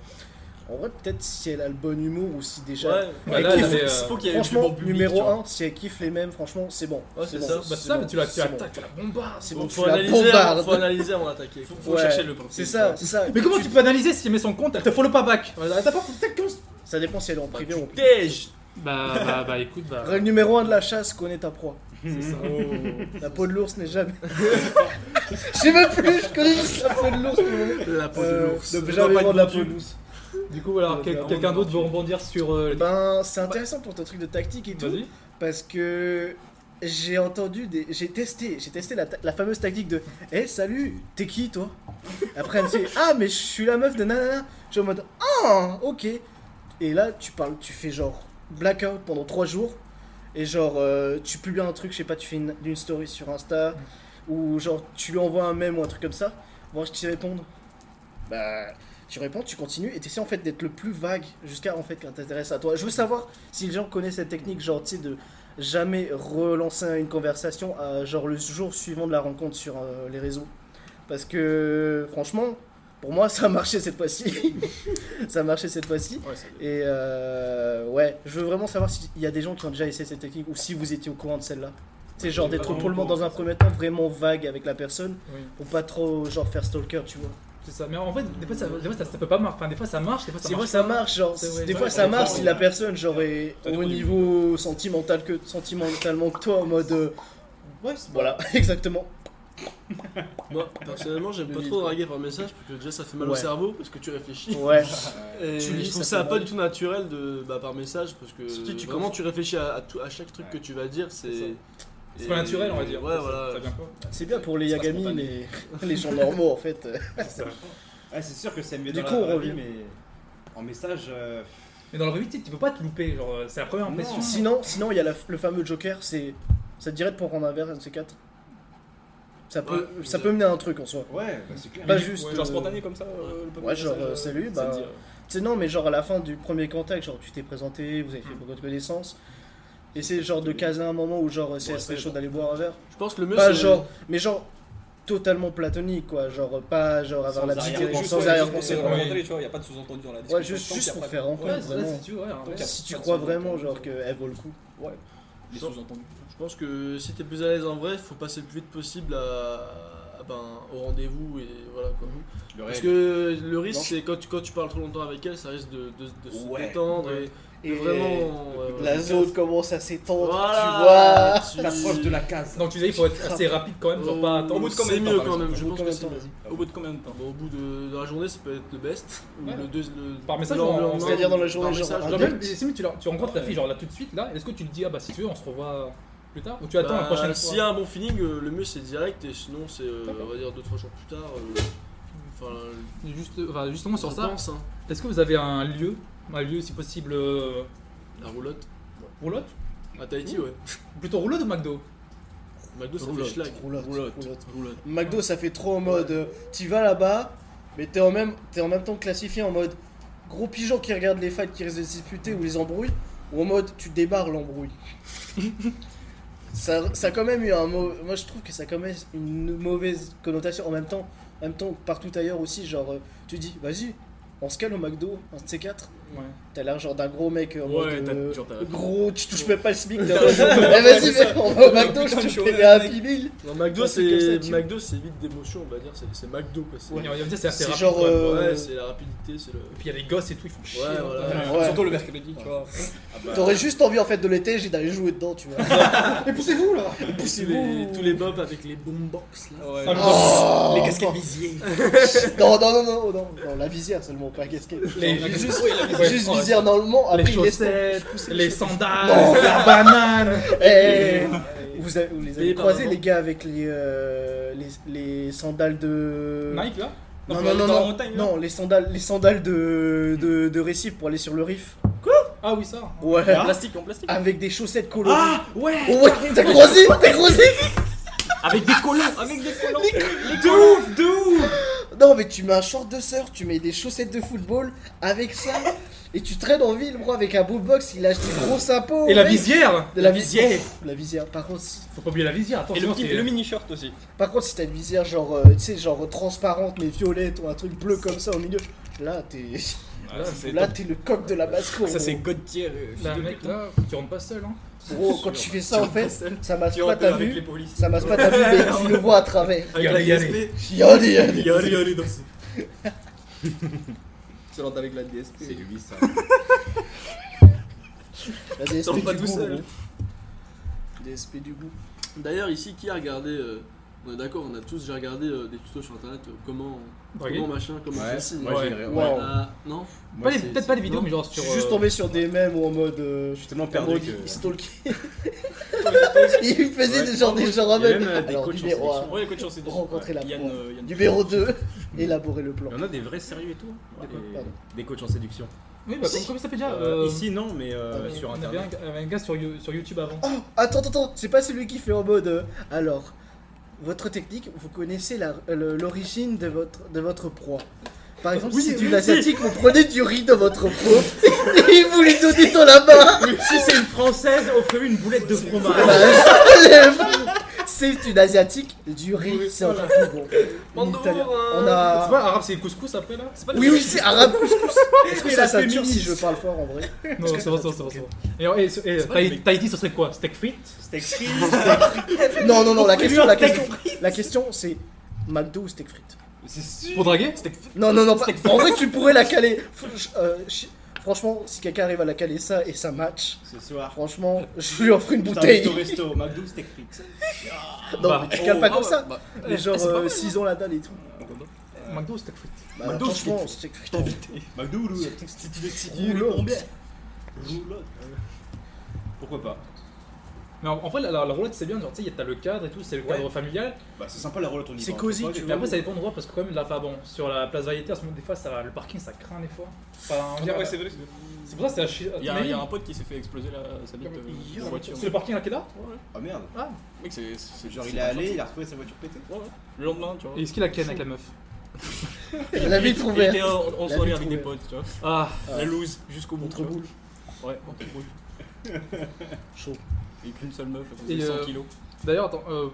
Speaker 4: En vrai, peut-être si elle a le bon humour ou si déjà.
Speaker 3: Ouais.
Speaker 1: Bah,
Speaker 4: Et
Speaker 1: là,
Speaker 4: qu'il
Speaker 1: elle avait, euh,
Speaker 3: faut qu'il y ait du
Speaker 4: Franchement,
Speaker 3: bon public,
Speaker 4: numéro
Speaker 3: tu vois.
Speaker 4: 1, si elle kiffe les mêmes, franchement, c'est bon.
Speaker 3: Ouais, c'est ça.
Speaker 1: Bah, ça,
Speaker 4: bon,
Speaker 1: mais tu la tu
Speaker 4: c'est
Speaker 1: la
Speaker 4: bon.
Speaker 1: tac, tu la bombardes.
Speaker 4: C'est bon,
Speaker 3: Bon,
Speaker 4: tu
Speaker 3: faut
Speaker 4: la
Speaker 3: analyser, avant-
Speaker 4: bombardes.
Speaker 3: faut analyser avant d'attaquer.
Speaker 2: Faut, faut
Speaker 4: Ouais.
Speaker 2: chercher le principe.
Speaker 4: C'est ça, c'est ça.
Speaker 1: Mais comment tu peux analyser si elle met son compte Elle te follow pas back
Speaker 4: Ça dépend si elle est en privé ou en public.
Speaker 3: Tège
Speaker 1: Bah, bah, bah, écoute, bah.
Speaker 4: Règle numéro 1 de la chasse, connais ta proie.
Speaker 3: Oh.
Speaker 4: La peau de l'ours n'est jamais. Je sais même plus, je connais juste la peau de l'ours.
Speaker 3: La peau de
Speaker 4: Euh,
Speaker 3: l'ours.
Speaker 4: ne
Speaker 3: On
Speaker 4: jamais
Speaker 3: va pas
Speaker 4: vendre
Speaker 3: être
Speaker 4: la
Speaker 3: vendu.
Speaker 4: peau de l'ours.
Speaker 1: Du coup, voilà,
Speaker 4: Euh,
Speaker 1: quel-
Speaker 4: bah,
Speaker 1: quelqu'un
Speaker 4: on-
Speaker 1: d'autre veut rebondir sur. euh,
Speaker 4: Ben, c'est intéressant pour ton truc de tactique et tout.
Speaker 1: Vas-y.
Speaker 4: Parce que j'ai entendu des. J'ai testé, j'ai testé la, ta- la fameuse tactique de Eh salut, t'es qui toi Après elle me dit Ah, mais je suis la meuf de nanana. Je suis en mode Ah, ok. Et là, tu parles, tu fais genre blackout pendant 3 jours. Et genre, euh, tu publies un truc, je sais pas, tu fais une, une story sur Insta. Ou genre, tu lui envoies un mème ou un truc comme ça. Voir si tu sais répondre. Bah. Tu réponds, tu continues et tu essaies en fait d'être le plus vague jusqu'à en fait quand t'intéresses à toi. Je veux savoir si les gens connaissent cette technique, genre tu sais, de jamais relancer une conversation à, genre le jour suivant de la rencontre sur euh, les réseaux. Parce que franchement, pour moi, ça a marché cette fois-ci. ça a marché cette fois-ci.
Speaker 2: Ouais, ça-
Speaker 4: Et euh, ouais, je veux vraiment savoir s'il y a des gens qui ont déjà essayé cette technique ou si vous étiez au courant de celle-là. C'est genre d'être pour le moment dans un premier temps vraiment vague avec la personne
Speaker 1: Oui.
Speaker 4: pour pas trop genre faire stalker, tu vois.
Speaker 1: C'est ça, mais en fait, des fois ça, des fois, ça, ça peut pas marcher. Enfin, des fois ça marche, des fois ça
Speaker 4: Des fois
Speaker 1: marche.
Speaker 4: ça marche, genre,
Speaker 1: C'est vrai,
Speaker 4: des
Speaker 1: ça
Speaker 4: fois
Speaker 1: dépend
Speaker 4: ça
Speaker 1: des
Speaker 4: marche
Speaker 1: gens,
Speaker 4: si
Speaker 1: ouais.
Speaker 4: la personne, genre, est
Speaker 2: Ça dépend
Speaker 4: au
Speaker 2: du-
Speaker 4: niveau sentimental que, sentimentalement que toi, en mode. euh,
Speaker 1: Ouais, c'est
Speaker 4: voilà, exactement.
Speaker 3: Moi, personnellement, j'aime pas
Speaker 4: Le
Speaker 3: trop
Speaker 4: livre.
Speaker 3: draguer par message parce que déjà ça fait mal au
Speaker 4: Ouais.
Speaker 3: cerveau parce que tu réfléchis.
Speaker 4: Ouais,
Speaker 5: Euh,
Speaker 3: Et
Speaker 4: Tu lis,
Speaker 3: je trouve
Speaker 4: ça
Speaker 3: ça,
Speaker 4: fait
Speaker 3: pas
Speaker 4: mal.
Speaker 3: du tout naturel de bah, par message parce que
Speaker 4: Surtout, tu
Speaker 3: vraiment
Speaker 4: comprends-
Speaker 3: tu réfléchis à, à tout- à chaque truc que tu vas dire, c'est
Speaker 1: C'est ça. C'est
Speaker 3: et-
Speaker 1: pas naturel, on va dire.
Speaker 3: Ouais,
Speaker 1: Ça-
Speaker 3: voilà.
Speaker 1: Ça vient pas.
Speaker 4: c'est bien pour les
Speaker 2: C'est pas
Speaker 4: Yagami,
Speaker 2: spontané.
Speaker 4: les, les gens normaux en fait.
Speaker 1: C'est ça.
Speaker 5: Ah, c'est sûr que c'est mieux
Speaker 4: Du
Speaker 5: dans
Speaker 4: coup,
Speaker 5: la
Speaker 4: on
Speaker 5: vraie
Speaker 4: revient.
Speaker 5: vie, mais en message. euh,
Speaker 1: Mais dans le revue, tu sais, tu peux pas te louper, genre, euh, c'est la première impression.
Speaker 5: Non.
Speaker 4: Sinon, sinon il y a la- le fameux Joker, c'est. Ça te dirait de prendre un verre, un de ces quatre Ça peut,
Speaker 3: Ouais,
Speaker 4: ça
Speaker 3: vous
Speaker 4: peut mener à un truc en soi.
Speaker 5: Ouais, bah, c'est clair.
Speaker 4: Pas
Speaker 1: Ouais,
Speaker 4: juste.
Speaker 2: Genre
Speaker 4: euh,
Speaker 2: spontané comme ça euh, le premier
Speaker 4: Ouais, genre,
Speaker 2: message,
Speaker 4: euh,
Speaker 2: euh,
Speaker 4: salut,
Speaker 2: ça te
Speaker 4: bah,
Speaker 2: dit, euh,
Speaker 4: Tu sais, non, mais genre à la fin du premier contact, genre tu t'es présenté, vous avez fait beaucoup de connaissances. Essayez genre de caser un moment où genre si
Speaker 2: Ouais,
Speaker 4: elle serait
Speaker 2: c'est
Speaker 4: chaud
Speaker 2: bon.
Speaker 4: d'aller boire un verre.
Speaker 3: Je pense que le mieux
Speaker 4: Pas
Speaker 3: c'est
Speaker 4: genre, mais genre, totalement platonique, quoi. Genre, euh, pas genre avoir la petite
Speaker 2: arrière-pensée,
Speaker 4: idée-
Speaker 2: juste,
Speaker 4: sans
Speaker 2: ouais,
Speaker 4: arrière-pensée.
Speaker 2: juste
Speaker 1: ouais.
Speaker 2: pour
Speaker 4: quoi.
Speaker 2: montrer, tu vois, il n'y a pas de sous-entendu dans la discussion.
Speaker 4: Ouais, juste,
Speaker 2: Tant
Speaker 4: juste
Speaker 2: qu'il y a
Speaker 4: pour
Speaker 2: pas de-
Speaker 4: faire
Speaker 2: Ouais,
Speaker 4: rencontre,
Speaker 1: Ouais, c'est là,
Speaker 4: vraiment.
Speaker 1: si tu veux, ouais, en vrai.
Speaker 2: Donc,
Speaker 4: Si tu
Speaker 2: pas de
Speaker 4: crois
Speaker 2: sous-entendu.
Speaker 4: vraiment, genre, qu'elle vaut le coup.
Speaker 2: Ouais. Les sous-entendus.
Speaker 3: Je pense que si t'es plus à l'aise en vrai, faut passer le plus vite possible à, à, ben, au rendez-vous et voilà quoi.
Speaker 5: Le
Speaker 3: Parce
Speaker 5: réel.
Speaker 3: que le risque,
Speaker 4: Non.
Speaker 3: c'est quand tu, quand tu parles trop longtemps avec elle, ça risque de, de- de se
Speaker 5: Ouais.
Speaker 3: détendre et, de
Speaker 4: Et
Speaker 3: vraiment. ouais, ouais.
Speaker 4: La zone commence à s'étendre,
Speaker 3: Voilà,
Speaker 4: tu vois.
Speaker 3: tu-
Speaker 5: T'approches de la case.
Speaker 1: Donc tu disais, il faut être assez rapide quand même, genre pas
Speaker 3: Au
Speaker 1: attendre.
Speaker 3: bout de
Speaker 2: combien
Speaker 3: C'est
Speaker 2: de temps,
Speaker 3: mieux
Speaker 2: par
Speaker 3: quand même,
Speaker 2: exemple
Speaker 3: je
Speaker 4: Au bout de
Speaker 3: pense que
Speaker 4: combien de
Speaker 3: c'est
Speaker 4: temps,
Speaker 3: mieux.
Speaker 4: vas-y
Speaker 2: Au bout de combien de temps
Speaker 3: Bon, au bout de, de la journée, ça peut être le best. ou
Speaker 1: Ouais.
Speaker 3: le deux- le-
Speaker 1: Par message,
Speaker 3: le
Speaker 1: on-
Speaker 3: lendemain,
Speaker 1: c'est-à-dire
Speaker 4: dans la
Speaker 3: par
Speaker 4: journée, genre,
Speaker 3: message,
Speaker 4: un
Speaker 1: Genre
Speaker 3: bah,
Speaker 1: même, si mais tu, la- tu rencontres la
Speaker 2: Ouais.
Speaker 1: fille, genre là tout de suite, là, est-ce que tu te dis, ah bah si tu veux, on se revoit plus tard Ou tu attends la prochaine
Speaker 3: S'il Bah, y
Speaker 1: fois
Speaker 3: a un bon feeling, euh, le mieux c'est direct et sinon c'est, euh, on va dire, 2-3 jours plus tard. euh, Enfin,
Speaker 1: ah. Juste, enfin, Justement sur
Speaker 3: je
Speaker 1: ça,
Speaker 3: pense, hein.
Speaker 1: est-ce que vous avez un lieu, un lieu si possible euh,
Speaker 3: La roulotte.
Speaker 1: roulotte
Speaker 3: À Tahiti, ouais.
Speaker 1: Plutôt roulotte ou McDo
Speaker 3: McDo, ça
Speaker 2: Roulotte.
Speaker 3: fait schlag.
Speaker 4: Roulotte,
Speaker 2: Roulotte.
Speaker 4: roulotte.
Speaker 2: Roulotte.
Speaker 4: McDo, ça fait trop en mode. euh, T'y vas là-bas, mais t'es en, même, t'es en même temps classifié en mode gros pigeon qui regarde les fights qui risquent de se disputer ou les embrouilles, ou en mode tu débarres l'embrouille. ça, ça a quand même eu un mau- Moi, je trouve que ça a quand même une mauvaise connotation. En même temps, en même temps partout ailleurs aussi, genre, euh, tu dis, vas-y, on se cale au McDo, un de ces quatre.
Speaker 1: Ouais.
Speaker 4: T'as l'air genre d'un gros mec euh, en
Speaker 2: Ouais,
Speaker 4: mode,
Speaker 2: t'as-
Speaker 4: euh,
Speaker 2: genre, t'as-
Speaker 4: gros, tu touches même pas le SMIC. t'es en mode, Eh, vas-y, mec, on va au McDo, je
Speaker 2: Putain, je
Speaker 4: te
Speaker 2: suis
Speaker 4: fais
Speaker 2: au
Speaker 4: des
Speaker 2: mec.
Speaker 4: Happy Meal.
Speaker 3: Non, McDo,
Speaker 4: Ouais, c'est comme ça,
Speaker 3: c'est
Speaker 4: tu-
Speaker 3: McDo, c'est vite d'émotion, on va dire. C'est c'est McDo, quoi. c'est-
Speaker 1: On va dire, c'est assez
Speaker 4: C'est
Speaker 1: rapide.
Speaker 4: genre.
Speaker 1: quoi.
Speaker 4: euh,
Speaker 3: Ouais, c'est la rapidité, c'est le.
Speaker 1: Et puis il y a les gosses et tout, ils font chier.
Speaker 3: Ouais,
Speaker 1: hein.
Speaker 3: voilà.
Speaker 4: Ouais.
Speaker 2: Surtout le mercredi, tu vois.
Speaker 5: Ah bah,
Speaker 4: T'aurais juste envie en fait de l'été, j'ai d'aller jouer dedans, tu vois. Mais poussez-vous là
Speaker 3: Tous
Speaker 4: Poussez-vous
Speaker 3: les, tous les bobs avec les boombox là.
Speaker 2: Ouais.
Speaker 1: Ah, mais
Speaker 4: Oh,
Speaker 2: les casquettes visiers.
Speaker 4: Non, non, non, non, non, non, la visière seulement, pas la casquette.
Speaker 1: Les-
Speaker 4: Non,
Speaker 1: les-
Speaker 4: juste,
Speaker 1: ouais,
Speaker 4: juste
Speaker 1: ouais.
Speaker 4: visière normalement,
Speaker 1: Les
Speaker 4: après il laisse
Speaker 1: chaussettes, les sandales,
Speaker 4: Non.
Speaker 1: la banane.
Speaker 4: Eh, eh, eh. Vous, avez, vous les avez
Speaker 3: Payé par
Speaker 4: croisés
Speaker 3: maman.
Speaker 4: les gars avec les, euh, les, les sandales de.
Speaker 1: Nike là
Speaker 4: Non,
Speaker 2: Dans
Speaker 4: non,
Speaker 2: la-
Speaker 4: non,
Speaker 2: dans la
Speaker 4: non,
Speaker 2: montagne, là.
Speaker 4: non, les sandales, les sandales de, de, de récif pour aller sur le riff.
Speaker 1: Ah oui, ça.
Speaker 4: Ouais.
Speaker 2: En plastique, en plastique.
Speaker 4: Avec des chaussettes colorées.
Speaker 2: Ah ouais
Speaker 4: Oh, ouais, t'as croisé T'as croisé
Speaker 2: Avec des collants Avec des collants
Speaker 4: De ouf, de ouf Non mais tu mets un short de sœur, tu mets des chaussettes de football avec ça et tu traînes en ville bro avec un beau box, il a acheté gros sapot.
Speaker 1: Et la
Speaker 4: mec.
Speaker 1: visière
Speaker 4: De la visière. La visière. Par contre, si-
Speaker 1: Faut pas oublier la visière, attends.
Speaker 2: Et le,
Speaker 1: sinon,
Speaker 2: petit-
Speaker 1: t'es-
Speaker 2: le mini-shirt aussi.
Speaker 4: par contre si t'as une visière genre euh, tu sais genre transparente mais violette ou un truc bleu comme ça au milieu, là t'es
Speaker 5: ah, ça, c'est
Speaker 4: là
Speaker 5: top.
Speaker 4: t'es le coq de la basse cour.
Speaker 2: Ça, c'est Gauthier. euh, fils
Speaker 1: Là,
Speaker 2: de
Speaker 1: Bah, mec,
Speaker 2: pute.
Speaker 1: là, tu rentres pas seul, hein.
Speaker 4: Gros quand tu fais ça en fait, ça masse
Speaker 2: Tu
Speaker 4: pas
Speaker 2: rentres
Speaker 4: ta
Speaker 2: avec les
Speaker 4: vue,
Speaker 2: policiers.
Speaker 4: ça masse pas ta vue mais tu le vois à travers.
Speaker 1: Avec la ISP.
Speaker 4: Yadi yadi.
Speaker 2: Yari, yari, danser. Tu rentres avec la DSP.
Speaker 5: C'est du vice, ça.
Speaker 4: La DSP
Speaker 2: Sors
Speaker 4: du
Speaker 2: pas tout
Speaker 4: goût.
Speaker 2: seul.
Speaker 4: gros. DSP du goût.
Speaker 3: D'ailleurs, ici, qui a regardé euh, On est d'accord, on a tous déjà regardé euh, des tutos sur internet. euh, comment,
Speaker 1: Draguer.
Speaker 3: comment machin, comment
Speaker 5: Ouais,
Speaker 3: ceci.
Speaker 5: moi,
Speaker 1: Ouais.
Speaker 5: j'ai-
Speaker 4: Ouais.
Speaker 5: ouais.
Speaker 3: Ah, non
Speaker 1: Pas
Speaker 5: Moi,
Speaker 1: les-
Speaker 5: c'est-
Speaker 1: Peut-être pas les vidéos,
Speaker 3: non.
Speaker 1: mais genre
Speaker 4: Je
Speaker 1: sur.
Speaker 4: suis juste
Speaker 1: euh,
Speaker 4: tombé sur des mèmes ou en mode. euh,
Speaker 5: Je suis tellement
Speaker 4: En
Speaker 5: perdu
Speaker 4: mode,
Speaker 5: que.
Speaker 4: il stalkait. il faisait des genres des genres
Speaker 5: Il y a
Speaker 4: aveugles.
Speaker 5: même euh, des
Speaker 4: Alors,
Speaker 5: coachs en
Speaker 4: numéro
Speaker 5: sélection.
Speaker 4: un,
Speaker 2: Ouais, coach sur CD.
Speaker 4: rencontrer la
Speaker 2: Yann,
Speaker 4: proie.
Speaker 2: euh, Yann.
Speaker 4: Numéro 2, élaborer le plan.
Speaker 5: Il y en a des vrais sérieux et tout.
Speaker 4: Des
Speaker 5: Des,
Speaker 4: quoi Pardon.
Speaker 5: des coachs en séduction.
Speaker 1: Oui, bah, comment comment ça s'appelle déjà
Speaker 5: Euh,
Speaker 1: euh,
Speaker 5: Ici, non, mais euh,
Speaker 4: Ah, mais
Speaker 5: sur
Speaker 1: on avait un,
Speaker 5: internet.
Speaker 1: gars- il y avait un gars sur, You- sur YouTube avant.
Speaker 4: Oh, Attends, attends, attends, c'est pas celui qui fait en mode. euh, alors, votre technique, vous connaissez la- euh, le- l'origine de votre, de votre proie. Par exemple, si c'est une asiatique, vous prenez du riz dans votre proie et vous lui donnez dans la main.
Speaker 5: Si c'est une française, offrez-lui une boulette de fromage.
Speaker 4: C'est une asiatique, du riz, c'est encore plus bon. Une italienne.
Speaker 5: Ah.
Speaker 4: On
Speaker 1: C'est
Speaker 4: a.
Speaker 1: pas arabe, c'est couscous après là
Speaker 2: C'est pas le-
Speaker 4: Oui, oui, c'est arabe couscous. Est-ce que
Speaker 5: Et
Speaker 4: ça
Speaker 5: la
Speaker 4: sature si
Speaker 5: féministe.
Speaker 4: je parle fort en vrai
Speaker 1: Non, c'est bon, c'est bon, c'est bon, c'est bon. Et, et, et,
Speaker 5: pas
Speaker 1: Tahiti-
Speaker 5: le mec.
Speaker 1: Tahiti, ce serait quoi Steak frites
Speaker 4: Non, non, non, la question,
Speaker 5: un
Speaker 4: la
Speaker 5: steak
Speaker 4: question, la question c'est McDo ou steak frites
Speaker 5: C'est sûr.
Speaker 1: Pour draguer
Speaker 4: Non, non, non, pas- en vrai, tu pourrais la caler. F- je- euh, je- Franchement, si quelqu'un arrive à la caler ça et ça match,
Speaker 5: Ce soir.
Speaker 4: franchement, je lui offre une
Speaker 5: je t'invite au
Speaker 4: bouteille.
Speaker 5: resto, McDo, steak frites.
Speaker 4: Non,
Speaker 1: Bah,
Speaker 4: mais tu cales pas
Speaker 2: Oh,
Speaker 4: comme
Speaker 2: ah
Speaker 4: ça.
Speaker 2: ouais, bah,
Speaker 4: Mais genre,
Speaker 2: c'est pas mal,
Speaker 4: 6 ans la dalle et tout.
Speaker 1: McDo, steak frites.
Speaker 4: Bah,
Speaker 1: McDo,
Speaker 4: franchement, steak frites.
Speaker 5: McDo ou le petit
Speaker 4: Roulotte.
Speaker 5: Roulotte. Pourquoi pas
Speaker 1: Mais en, en vrai, la, la, la roulette, c'est bien, genre, tu sais, y a- t'as le cadre et tout, c'est le cadre familial.
Speaker 5: Bah, c'est sympa la roulotte, on y
Speaker 4: C'est
Speaker 5: va.
Speaker 4: cosy,
Speaker 5: Faut pas
Speaker 4: tu
Speaker 5: que-
Speaker 1: Mais après, ça dépend de droit parce que, quand même, là, enfin, bon, sur la place variété, à ce moment, des fois, ça, le parking, ça craint des fois. Enfin, on dirait-
Speaker 2: Ouais, c'est vrai.
Speaker 1: c'est pour ça que c'est à chier.
Speaker 2: Il y, a,
Speaker 1: Mais-
Speaker 2: il y a un pote qui s'est fait exploser la, sa bite euh, en voiture.
Speaker 1: C'est le parking à quelle heure
Speaker 5: Ah merde.
Speaker 2: Mec, c'est. c'est-
Speaker 5: Genre,
Speaker 2: c'est
Speaker 5: il est
Speaker 2: pas
Speaker 5: allé,
Speaker 2: gentil.
Speaker 5: il a retrouvé sa voiture pétée.
Speaker 2: Ouais, ouais. Le lendemain, tu vois.
Speaker 1: Et est-ce qu'il a ken avec la meuf
Speaker 4: La
Speaker 2: Il-
Speaker 4: vitre
Speaker 2: il
Speaker 4: ouverte.
Speaker 2: était en, euh, en
Speaker 4: La
Speaker 2: soirée
Speaker 4: vitre
Speaker 2: avec des
Speaker 4: ouverte.
Speaker 2: potes, tu vois.
Speaker 1: Ah,
Speaker 2: La loose, jusqu'au bout. tu vois.
Speaker 4: Contreboule.
Speaker 2: Ouais, contre boule.
Speaker 4: Chaud.
Speaker 2: Et qu'une seule meuf, elle
Speaker 1: Et,
Speaker 2: faisait
Speaker 1: euh,
Speaker 2: 100 kilos.
Speaker 1: d'ailleurs, attends, euh,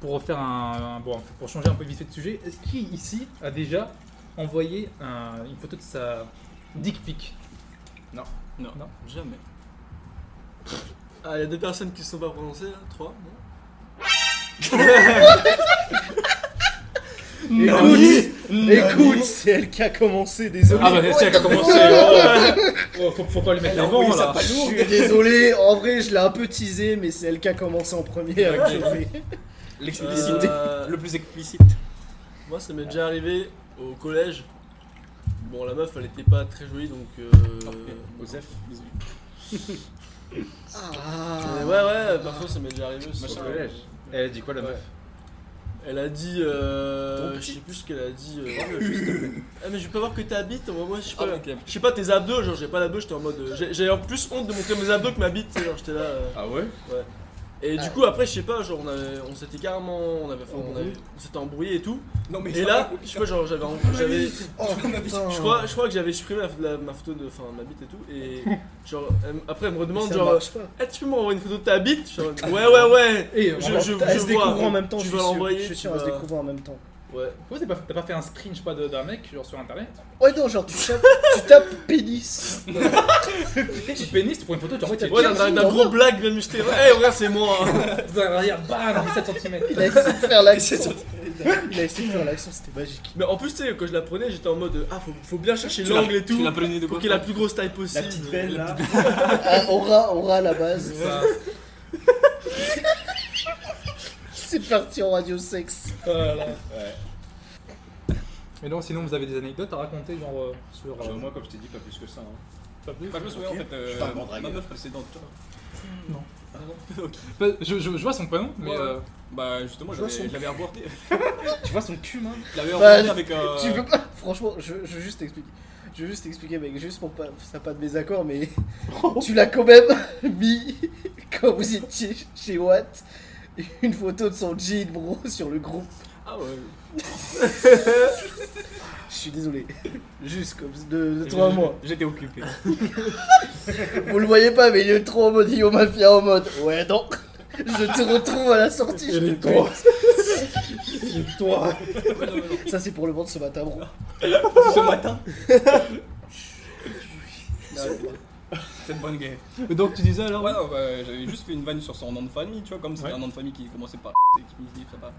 Speaker 1: pour refaire un, un- bon, pour changer un peu vite fait de sujet, est-ce qui ici a déjà envoyé un- une photo de sa dick pic
Speaker 2: Non,
Speaker 1: Non.
Speaker 2: jamais.
Speaker 3: Ah, il y a deux personnes qui se sont pas prononcées là Trois non
Speaker 4: Écoute, écoute, c'est elle qui a commencé, désolé.
Speaker 1: Ah bah c'est elle qui a commencé. Oh, oh, faut, faut pas lui mettre
Speaker 4: Elle a
Speaker 1: l'avant
Speaker 4: envoyé
Speaker 1: là.
Speaker 4: sa palourde. Je suis désolé, en vrai je l'ai un peu teasé, mais c'est elle qui a commencé en premier. hein,
Speaker 1: Ok.
Speaker 4: désolé.
Speaker 2: L'explicité.
Speaker 3: Euh,
Speaker 2: Le plus explicite.
Speaker 3: Moi, ça m'est déjà arrivé au collège. Bon, la meuf, elle était pas très jolie donc. Euh...
Speaker 2: Joseph, désolé.
Speaker 3: mais
Speaker 4: Ah.
Speaker 3: ouais, Euh, ouais, parfois ça m'est déjà arrivé aussi.
Speaker 2: Machin.
Speaker 5: Elle a dit quoi la meuf
Speaker 3: Elle a dit. Euh... Je sais plus ce qu'elle a dit. euh, ah, mais je peux voir que t'habites. Moi, moi, je sais pas.
Speaker 2: Ah, ok.
Speaker 3: Je sais pas tes abdos, genre j'ai pas d'abdos, j'étais en mode. euh, j'ai- J'avais en plus honte de montrer mes abdos que ma bite, tu sais, genre j'étais là. euh.
Speaker 5: Ah ouais
Speaker 3: Et du coup, après, je sais pas, genre on, avait, on s'était carrément. On avait, enfin, on avait- on s'était embrouillé et tout.
Speaker 2: Non, mais
Speaker 3: Et là, je sais pas, genre j'avais. en- j'avais
Speaker 4: Oh, putain.
Speaker 3: Je crois, je crois que j'avais supprimé la, la- ma photo de enfin, ma bite et tout. Et genre, elle m- après, elle me
Speaker 4: Mais
Speaker 3: redemande
Speaker 4: ça
Speaker 3: genre,
Speaker 4: marche pas.
Speaker 3: Eh, tu peux m'envoyer une photo de ta bite Je suis en mode, Ouais, ouais, ouais.
Speaker 1: Et euh,
Speaker 3: Je-
Speaker 1: en-
Speaker 3: je-
Speaker 4: Elle se
Speaker 3: vois.
Speaker 4: découvre en même temps,
Speaker 3: Tu
Speaker 4: je
Speaker 3: vas
Speaker 4: suis sûr.
Speaker 3: l'envoyer,
Speaker 4: Je suis
Speaker 3: tu
Speaker 4: sûr, elle se
Speaker 3: vas-
Speaker 4: découvre en même temps.
Speaker 3: Ouais.
Speaker 1: Pourquoi t'as pas, t'as pas fait un screen, je sais pas, de- d'un mec genre sur internet
Speaker 4: Ouais, non, genre tu tapes, tu tapes pénis.
Speaker 1: Tu pénis, tu prends une photo, tu envoies
Speaker 3: Ouais,
Speaker 1: t'es
Speaker 3: d'un- d'un d'un
Speaker 4: non,
Speaker 3: gros blague bien musté. Ouais, regarde, c'est moi. hein.
Speaker 1: dans l'arrière, bam, 17 cm.
Speaker 4: Il a essayé de faire l'action. Il a essayé de faire l'action, c'était magique.
Speaker 3: Mais en plus, tu sais, quand je la prenais, j'étais en mode Ah, faut, faut bien chercher
Speaker 2: Tu l'as-
Speaker 3: l'angle et
Speaker 2: Tu
Speaker 3: tout
Speaker 2: l'as prenée de
Speaker 3: pour
Speaker 2: quoi
Speaker 3: qu'il ait la plus grosse taille possible.
Speaker 5: là
Speaker 4: Ah, aura, aura à la base.
Speaker 1: Ça,
Speaker 4: C'est parti en radio sexe.
Speaker 1: voilà.
Speaker 5: Ouais.
Speaker 1: Mais non, sinon vous avez des anecdotes à raconter, genre euh, sur.
Speaker 5: Genre,
Speaker 1: euh,
Speaker 5: Moi, comme je t'ai dit, pas plus que ça. hein.
Speaker 1: pas plus
Speaker 2: Enfin, Bah, je me souviens en fait,
Speaker 5: Je suis pas un grand
Speaker 2: euh, ma
Speaker 5: dragueur.
Speaker 2: meuf précédente, tu vois.
Speaker 1: Pas- je, je- je vois son prénom, mais
Speaker 2: Ouais.
Speaker 1: euh,
Speaker 2: Bah justement,
Speaker 4: Je vois
Speaker 2: j'avais-
Speaker 4: son-
Speaker 2: je l'avais abordé.
Speaker 5: Tu vois son cul, man
Speaker 2: Je l'avais
Speaker 4: Bah,
Speaker 2: abordé avec euh, un.
Speaker 4: Tu peux pas. Franchement, je, je veux juste t'expliquer. Je veux juste t'expliquer, mec, juste pour pas. Ça pas de désaccord, mais. tu l'as quand même mis, quand vous étiez chez Watt, une photo de son jean, bro, sur le groupe.
Speaker 2: Ah ouais.
Speaker 4: Je suis désolé. Juste comme de, de toi à moi.
Speaker 2: J'étais occupé.
Speaker 4: Vous le voyez pas, mais il est trop en mode Yo Mafia en mode Ouais, non. Je te retrouve à la sortie. je te bute. toi. Ça, c'est pour le monde ce matin, bro.
Speaker 2: Ce matin. Cette bonne guerre.
Speaker 1: mais euh, donc tu disais alors
Speaker 2: Ouais, non, bah, j'avais juste fait une vanne sur son nom de famille, tu vois, comme c'était un nom de famille qui commençait par et qui finissait par.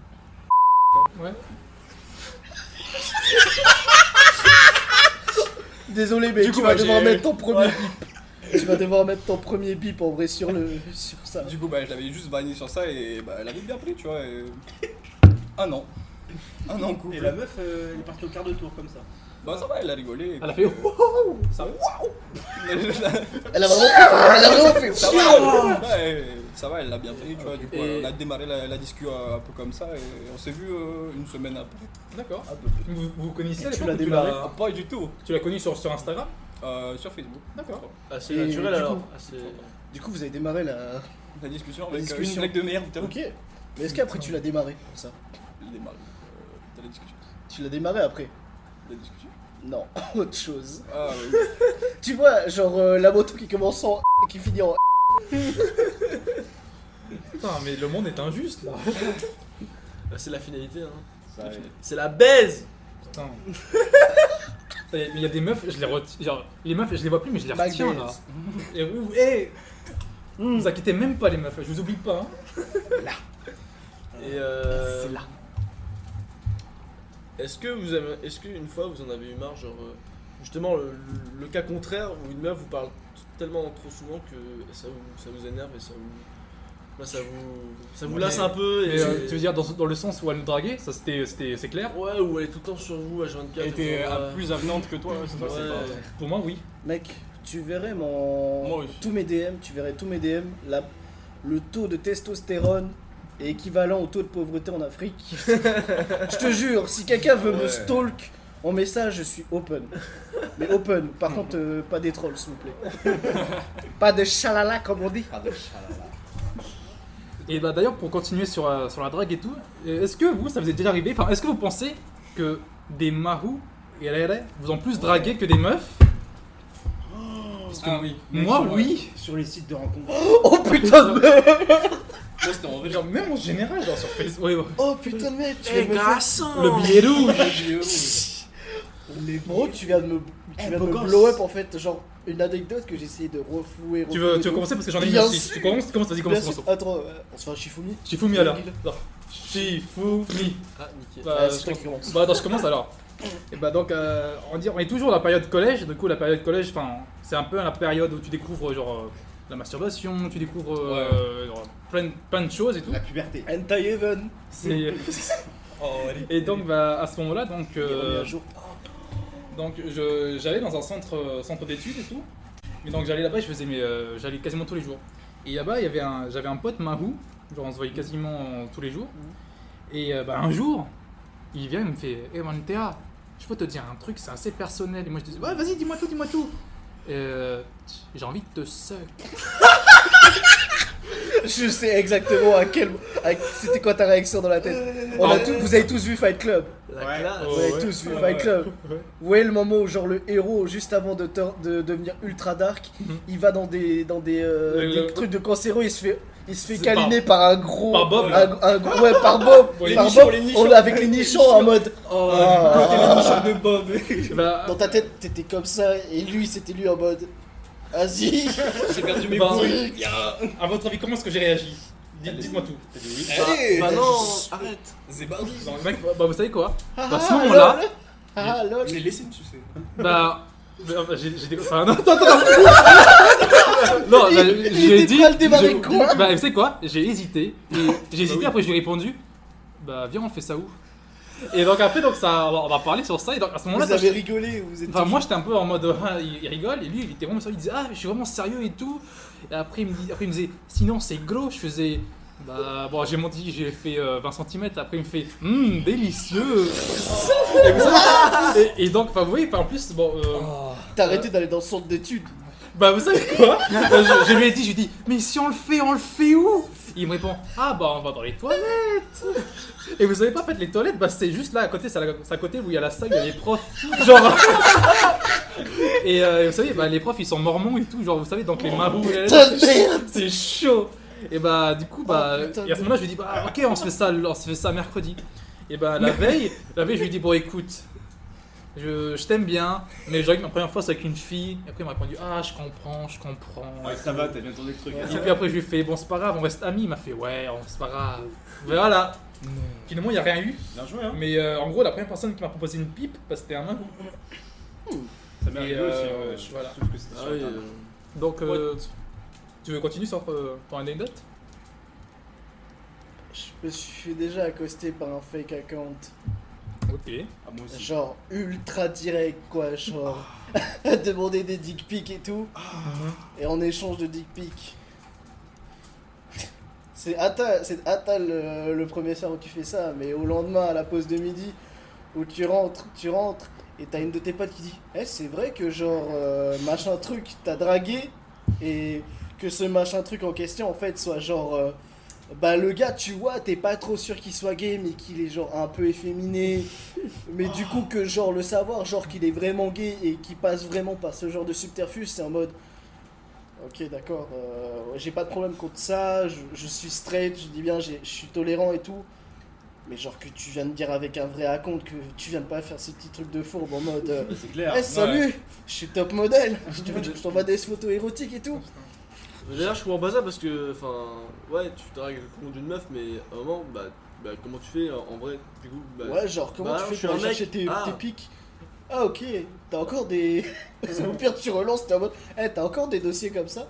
Speaker 1: Ouais.
Speaker 4: Désolé, mais
Speaker 2: Du coup,
Speaker 4: tu vas
Speaker 2: bah,
Speaker 4: devoir
Speaker 2: j'ai-
Speaker 4: mettre ton premier bip. Tu vas devoir mettre ton premier bip en vrai sur le sur ça.
Speaker 2: Du coup, bah, je l'avais juste vanné sur ça et bah, elle avait bien pris, tu vois. Et... Un an. Un an en couple.
Speaker 5: Et la meuf, euh, elle est partie au quart de tour comme ça.
Speaker 2: Bah, ça va, elle a rigolé.
Speaker 1: Elle a fait Wouhou Sérieux
Speaker 4: Elle a vraiment fait. Elle a vraiment fait.
Speaker 2: Ça va, elle- ouais, ça va, elle l'a bien pris, tu vois. Du coup,
Speaker 3: Et-
Speaker 2: on a démarré la, la discussion un peu comme ça et on s'est vu euh, une semaine après.
Speaker 1: D'accord. Vous vous connaissez à
Speaker 4: Tu
Speaker 1: l'époque
Speaker 4: l'as
Speaker 1: ou
Speaker 4: démarré
Speaker 2: Ah, pas du tout.
Speaker 1: Tu l'as connu sur, sur Instagram
Speaker 2: Euh, sur Facebook.
Speaker 1: D'accord.
Speaker 3: Ah, c'est
Speaker 4: Et
Speaker 3: naturel
Speaker 4: du
Speaker 3: alors.
Speaker 4: coup-
Speaker 3: Ah, c'est-
Speaker 4: Du coup, vous avez démarré la.
Speaker 2: La discussion
Speaker 4: La
Speaker 2: avec euh,
Speaker 4: discussion.
Speaker 2: une blague de merde, putain.
Speaker 4: Ok. Mais est-ce qu'après tu l'as démarré ça
Speaker 2: Elle démarre. euh, T'as la discussion.
Speaker 4: Tu l'as démarré après
Speaker 2: La discussion.
Speaker 4: Non, autre chose.
Speaker 2: Ah oui.
Speaker 4: Tu vois, genre euh, la moto qui commence en et qui finit
Speaker 2: Ah,
Speaker 4: en.
Speaker 1: Putain, mais le monde est injuste là.
Speaker 3: ah, c'est la finalité. Hein.
Speaker 5: Ça, elle-
Speaker 3: C'est la baise.
Speaker 1: Putain. Et- Mais il y a des meufs, je les retiens. Genre, les meufs, je les vois plus, mais je les
Speaker 4: Mac
Speaker 1: retiens
Speaker 4: Gaines.
Speaker 1: là. Et vous, hé
Speaker 2: Hmm.
Speaker 1: Vous inquiétez même pas, les meufs, je vous oublie pas. hein.
Speaker 3: Et euh,
Speaker 1: C'est là.
Speaker 3: Est-ce que vous avez, est-ce qu'une fois vous en avez eu marre, genre euh, justement le, le- le cas contraire où une meuf vous parle t- tellement trop souvent que ça vous, ça vous énerve et ça vous, bah, ça vous, ça vous
Speaker 1: Ouais,
Speaker 3: lasse
Speaker 1: mais-
Speaker 3: un peu et
Speaker 1: Mais, euh, tu veux dire, dans, dans le sens où elle nous draguait, ça c'était, c'était- c'est clair
Speaker 3: ouais ou elle est tout le temps sur vous à 24.
Speaker 2: Elle était
Speaker 3: genre,
Speaker 2: euh,
Speaker 3: euh,
Speaker 2: plus avenante que toi, ouais, c'est ça, c'est
Speaker 3: Ouais.
Speaker 2: pas-
Speaker 1: Pour moi, oui.
Speaker 4: Mec, tu verrais mon.
Speaker 2: Moi aussi.
Speaker 4: Tous mes DM, tu verrais tous mes DM, la... le taux de testostérone est équivalent au taux de pauvreté en Afrique. je te jure, si quelqu'un veut me
Speaker 5: Ouais.
Speaker 4: stalk en message, je suis open. Mais open, par contre, euh, pas des trolls, s'il vous plaît. pas de chalala, comme on dit.
Speaker 5: Ah, de chalala.
Speaker 1: Et bah d'ailleurs, pour continuer sur, euh, sur la drague et tout, euh, est-ce que vous, ça vous est déjà arrivé Enfin, est-ce que vous pensez que des mahou et rere vous ont plus dragué que des meufs Parce que
Speaker 2: Ah oui.
Speaker 1: moi,
Speaker 2: Ouais.
Speaker 1: oui
Speaker 5: Sur les sites de rencontres.
Speaker 4: Oh putain de merde
Speaker 2: Ça, c'était en vrai.
Speaker 1: Genre, même en général, genre sur Facebook. Oui, oui.
Speaker 4: Oh putain de mec, tu viens de me faire...
Speaker 3: garçon
Speaker 1: Le billet rouge
Speaker 4: Bro, tu viens de me, tu
Speaker 5: Eh,
Speaker 4: viens de me
Speaker 5: beau gosse.
Speaker 4: blow up en fait, genre une anecdote que j'ai essayé de refouer.
Speaker 1: Tu veux,
Speaker 4: refouer
Speaker 1: tu veux
Speaker 4: de-
Speaker 1: commencer parce que j'en ai une
Speaker 4: Bien
Speaker 1: aussi.
Speaker 4: sûr.
Speaker 1: Tu commences, tu commences, vas-y,
Speaker 4: Bien
Speaker 1: commence,
Speaker 4: sûr.
Speaker 1: commence.
Speaker 4: Attends, euh, on se fait un Shifumi
Speaker 1: Shifumi alors. Alors, Shifumi.
Speaker 3: Ah,
Speaker 1: Bah,
Speaker 4: Ouais,
Speaker 3: nickel.
Speaker 1: je
Speaker 4: euh, c'est toi
Speaker 1: commence.
Speaker 4: qui commence.
Speaker 1: Bah, attends, je commence alors. Et bah donc, euh, on, dit, on est toujours dans la période collège. Du coup, la période collège, enfin, c'est un peu la période où tu découvres genre euh, la masturbation, tu découvres euh, genre, plein, de- plein de choses et tout.
Speaker 5: La puberté.
Speaker 4: Hentai Even
Speaker 1: C'est- et donc, bah, à ce moment-là, donc,
Speaker 4: Il est remis
Speaker 1: euh,
Speaker 4: à jour.
Speaker 1: donc je- j'allais dans un centre, euh, centre d'études et tout. Mais donc j'allais là-bas, je faisais mes, euh, j'allais quasiment tous les jours. Et là-bas, il y avait un, j'avais un pote Mahou, genre on se voyait quasiment euh, tous les jours. Et euh, bah, un jour, il vient, il me fait, eh mon Théa, je peux te dire un truc, c'est assez personnel. Et moi je disais, ouais, vas-y, dis-moi tout, dis-moi tout. Euh, j'ai envie de te suck.
Speaker 4: Je sais exactement à quel. à- C'était quoi ta réaction dans la tête On
Speaker 1: Ah.
Speaker 4: a tous- Vous avez tous vu Fight Club
Speaker 3: La classe.
Speaker 4: Vous avez tous vu Fight Club Vous voyez le moment où, genre, le héros, juste avant de, tor- de devenir ultra dark,
Speaker 1: Mhm.
Speaker 4: il va dans des, dans des, euh,
Speaker 1: Le-
Speaker 4: des
Speaker 1: le-
Speaker 4: trucs de cancéro, il se fait. Il se fait
Speaker 1: C'est
Speaker 4: câliner par, un gros.
Speaker 1: par Bob,
Speaker 4: un,
Speaker 1: là.
Speaker 4: un gros- ouais, par Bob.
Speaker 1: Ouais, les
Speaker 4: par
Speaker 2: nichons,
Speaker 4: Bob,
Speaker 2: les nichons.
Speaker 4: on- avec les nichons en mode.
Speaker 1: Oh,
Speaker 4: Ah.
Speaker 5: de Bob.
Speaker 1: bah,
Speaker 4: Dans ta tête, t'étais comme ça, et lui, c'était lui en mode. Vas-y
Speaker 2: J'ai perdu mes
Speaker 1: Bah,
Speaker 2: couilles.
Speaker 1: à votre avis, comment est-ce que j'ai réagi Dites- Dites-moi tout.
Speaker 2: Allez
Speaker 3: Bah non,
Speaker 4: juste-
Speaker 3: arrête.
Speaker 2: Zébardi
Speaker 1: Genre, le mec, bah, bah, vous savez quoi
Speaker 4: Ah,
Speaker 1: Bah, ce
Speaker 4: ah,
Speaker 1: moment-là-
Speaker 4: lol. Ah, lol
Speaker 2: Je l'ai laissé, tu sais.
Speaker 1: Bah. bah, bah, J'ai j'ai des. Enfin, non, attends, attends, attends. Non, bah,
Speaker 4: Il- il
Speaker 1: j'ai
Speaker 4: était
Speaker 1: dit.
Speaker 4: prêt à le démarrer,
Speaker 1: je-
Speaker 4: quoi.
Speaker 1: Bah, vous savez quoi J'ai hésité. et J'ai hésité, après, j'ai répondu. Bah, viens, on fait ça où Et donc, après, donc, ça, on va parler sur ça. Et donc, à ce moment-là,
Speaker 4: Vous avez rigolé, vous êtes.
Speaker 1: Enfin, moi j'étais un peu en mode ah, il il rigole et lui il était vraiment sérieux. Il disait ah, je suis vraiment sérieux et tout. Et après il me, dit- après, il me disait sinon c'est gros. Je faisais bah bon, j'ai menti, j'ai fait euh, 20 cm. Après il me fait hum, délicieux. et, vous savez- et- et donc, enfin, vous voyez, enfin, en plus, bon, euh,
Speaker 4: Oh. T'as arrêté d'aller dans le centre d'études.
Speaker 1: bah vous savez quoi Bah, je, je lui ai dit, je lui ai dit mais si on le fait, on le fait où Il me répond ah bah on va dans les toilettes. Et vous savez pas, en fait, les toilettes, bah c'est juste là à côté, c'est à, la- c'est à côté où il y a la salle, il y a les profs. Genre. Et euh, vous savez, bah, les profs ils sont mormons et tout, genre vous savez, donc les marrons,
Speaker 4: Putain de merde
Speaker 1: c'est chaud. Et bah du coup, bah,
Speaker 4: Oh, putain
Speaker 1: et à ce
Speaker 4: de-
Speaker 1: moment-là, je lui dis bah ok, on se fait ça, on se fait ça mercredi. Et bah la veille, la veille, je lui dis bon écoute, je, je t'aime bien, mais j'ai eu ma première fois c'est avec une fille. Et après il m'a répondu ah je comprends, je comprends.
Speaker 5: Ouais, ça va, t'as bien tourné le truc.
Speaker 1: Et puis après je lui fais bon c'est pas grave, on reste amis. Il m'a fait ouais, on c'est pas grave. Voilà. Finalement il y a rien eu,
Speaker 5: Bien joué, hein.
Speaker 1: mais euh, en gros la première personne qui m'a proposé une pipe, bah, c'était un mec.
Speaker 5: Ça m'est
Speaker 1: Et,
Speaker 5: arrivé
Speaker 1: euh,
Speaker 5: Bah, aussi. ouais, je-
Speaker 1: voilà.
Speaker 5: je trouve que c'était
Speaker 3: Ah
Speaker 5: sur
Speaker 3: oui,
Speaker 5: Internet.
Speaker 3: euh,
Speaker 1: Donc euh, tu veux continuer sur euh, ton anecdote
Speaker 4: Je me suis déjà accosté par un fake account.
Speaker 1: Ok.
Speaker 5: Ah, moi aussi.
Speaker 4: Genre ultra direct quoi, genre.
Speaker 5: Ah.
Speaker 4: à demander des dick pics et tout. et en échange de dick pics. C'est Atal, c'est Atal le, le premier soir où tu fais ça, mais au lendemain à la pause de midi, où tu rentres, tu rentres, et t'as une de tes potes qui dit Eh, c'est vrai que genre euh, machin truc t'as dragué, et que ce machin truc en question en fait soit genre. euh, bah le gars tu vois t'es pas trop sûr qu'il soit gay mais qu'il est genre un peu efféminé mais du coup que genre le savoir genre qu'il est vraiment gay et qu'il passe vraiment par ce genre de subterfuge c'est en mode ok d'accord euh, ouais, j'ai pas de problème contre ça je, je suis straight je dis bien j'ai- je suis tolérant et tout mais genre que tu viens de dire avec un vrai raconte que tu viens de pas faire ces petits trucs de fourbe en mode euh,
Speaker 5: Bah, C'est clair.
Speaker 4: Eh, salut je suis top modèle je te- je t'envoie des photos érotiques et tout
Speaker 3: D'ailleurs, je comprends pas ça parce que, enfin, ouais, tu dragues le con d'une meuf, mais à un moment, bah, bah, comment tu fais en vrai Du coup, bah,
Speaker 4: Ouais, genre, comment
Speaker 3: Bah,
Speaker 4: tu
Speaker 3: alors, je
Speaker 4: fais
Speaker 3: suis
Speaker 4: pour
Speaker 3: un
Speaker 4: aller
Speaker 3: mec.
Speaker 4: chercher tes,
Speaker 3: Ah.
Speaker 4: tes pics Ah, ok, t'as encore des. Au pire, tu relances, t'es en mode. Eh, t'as encore des dossiers comme ça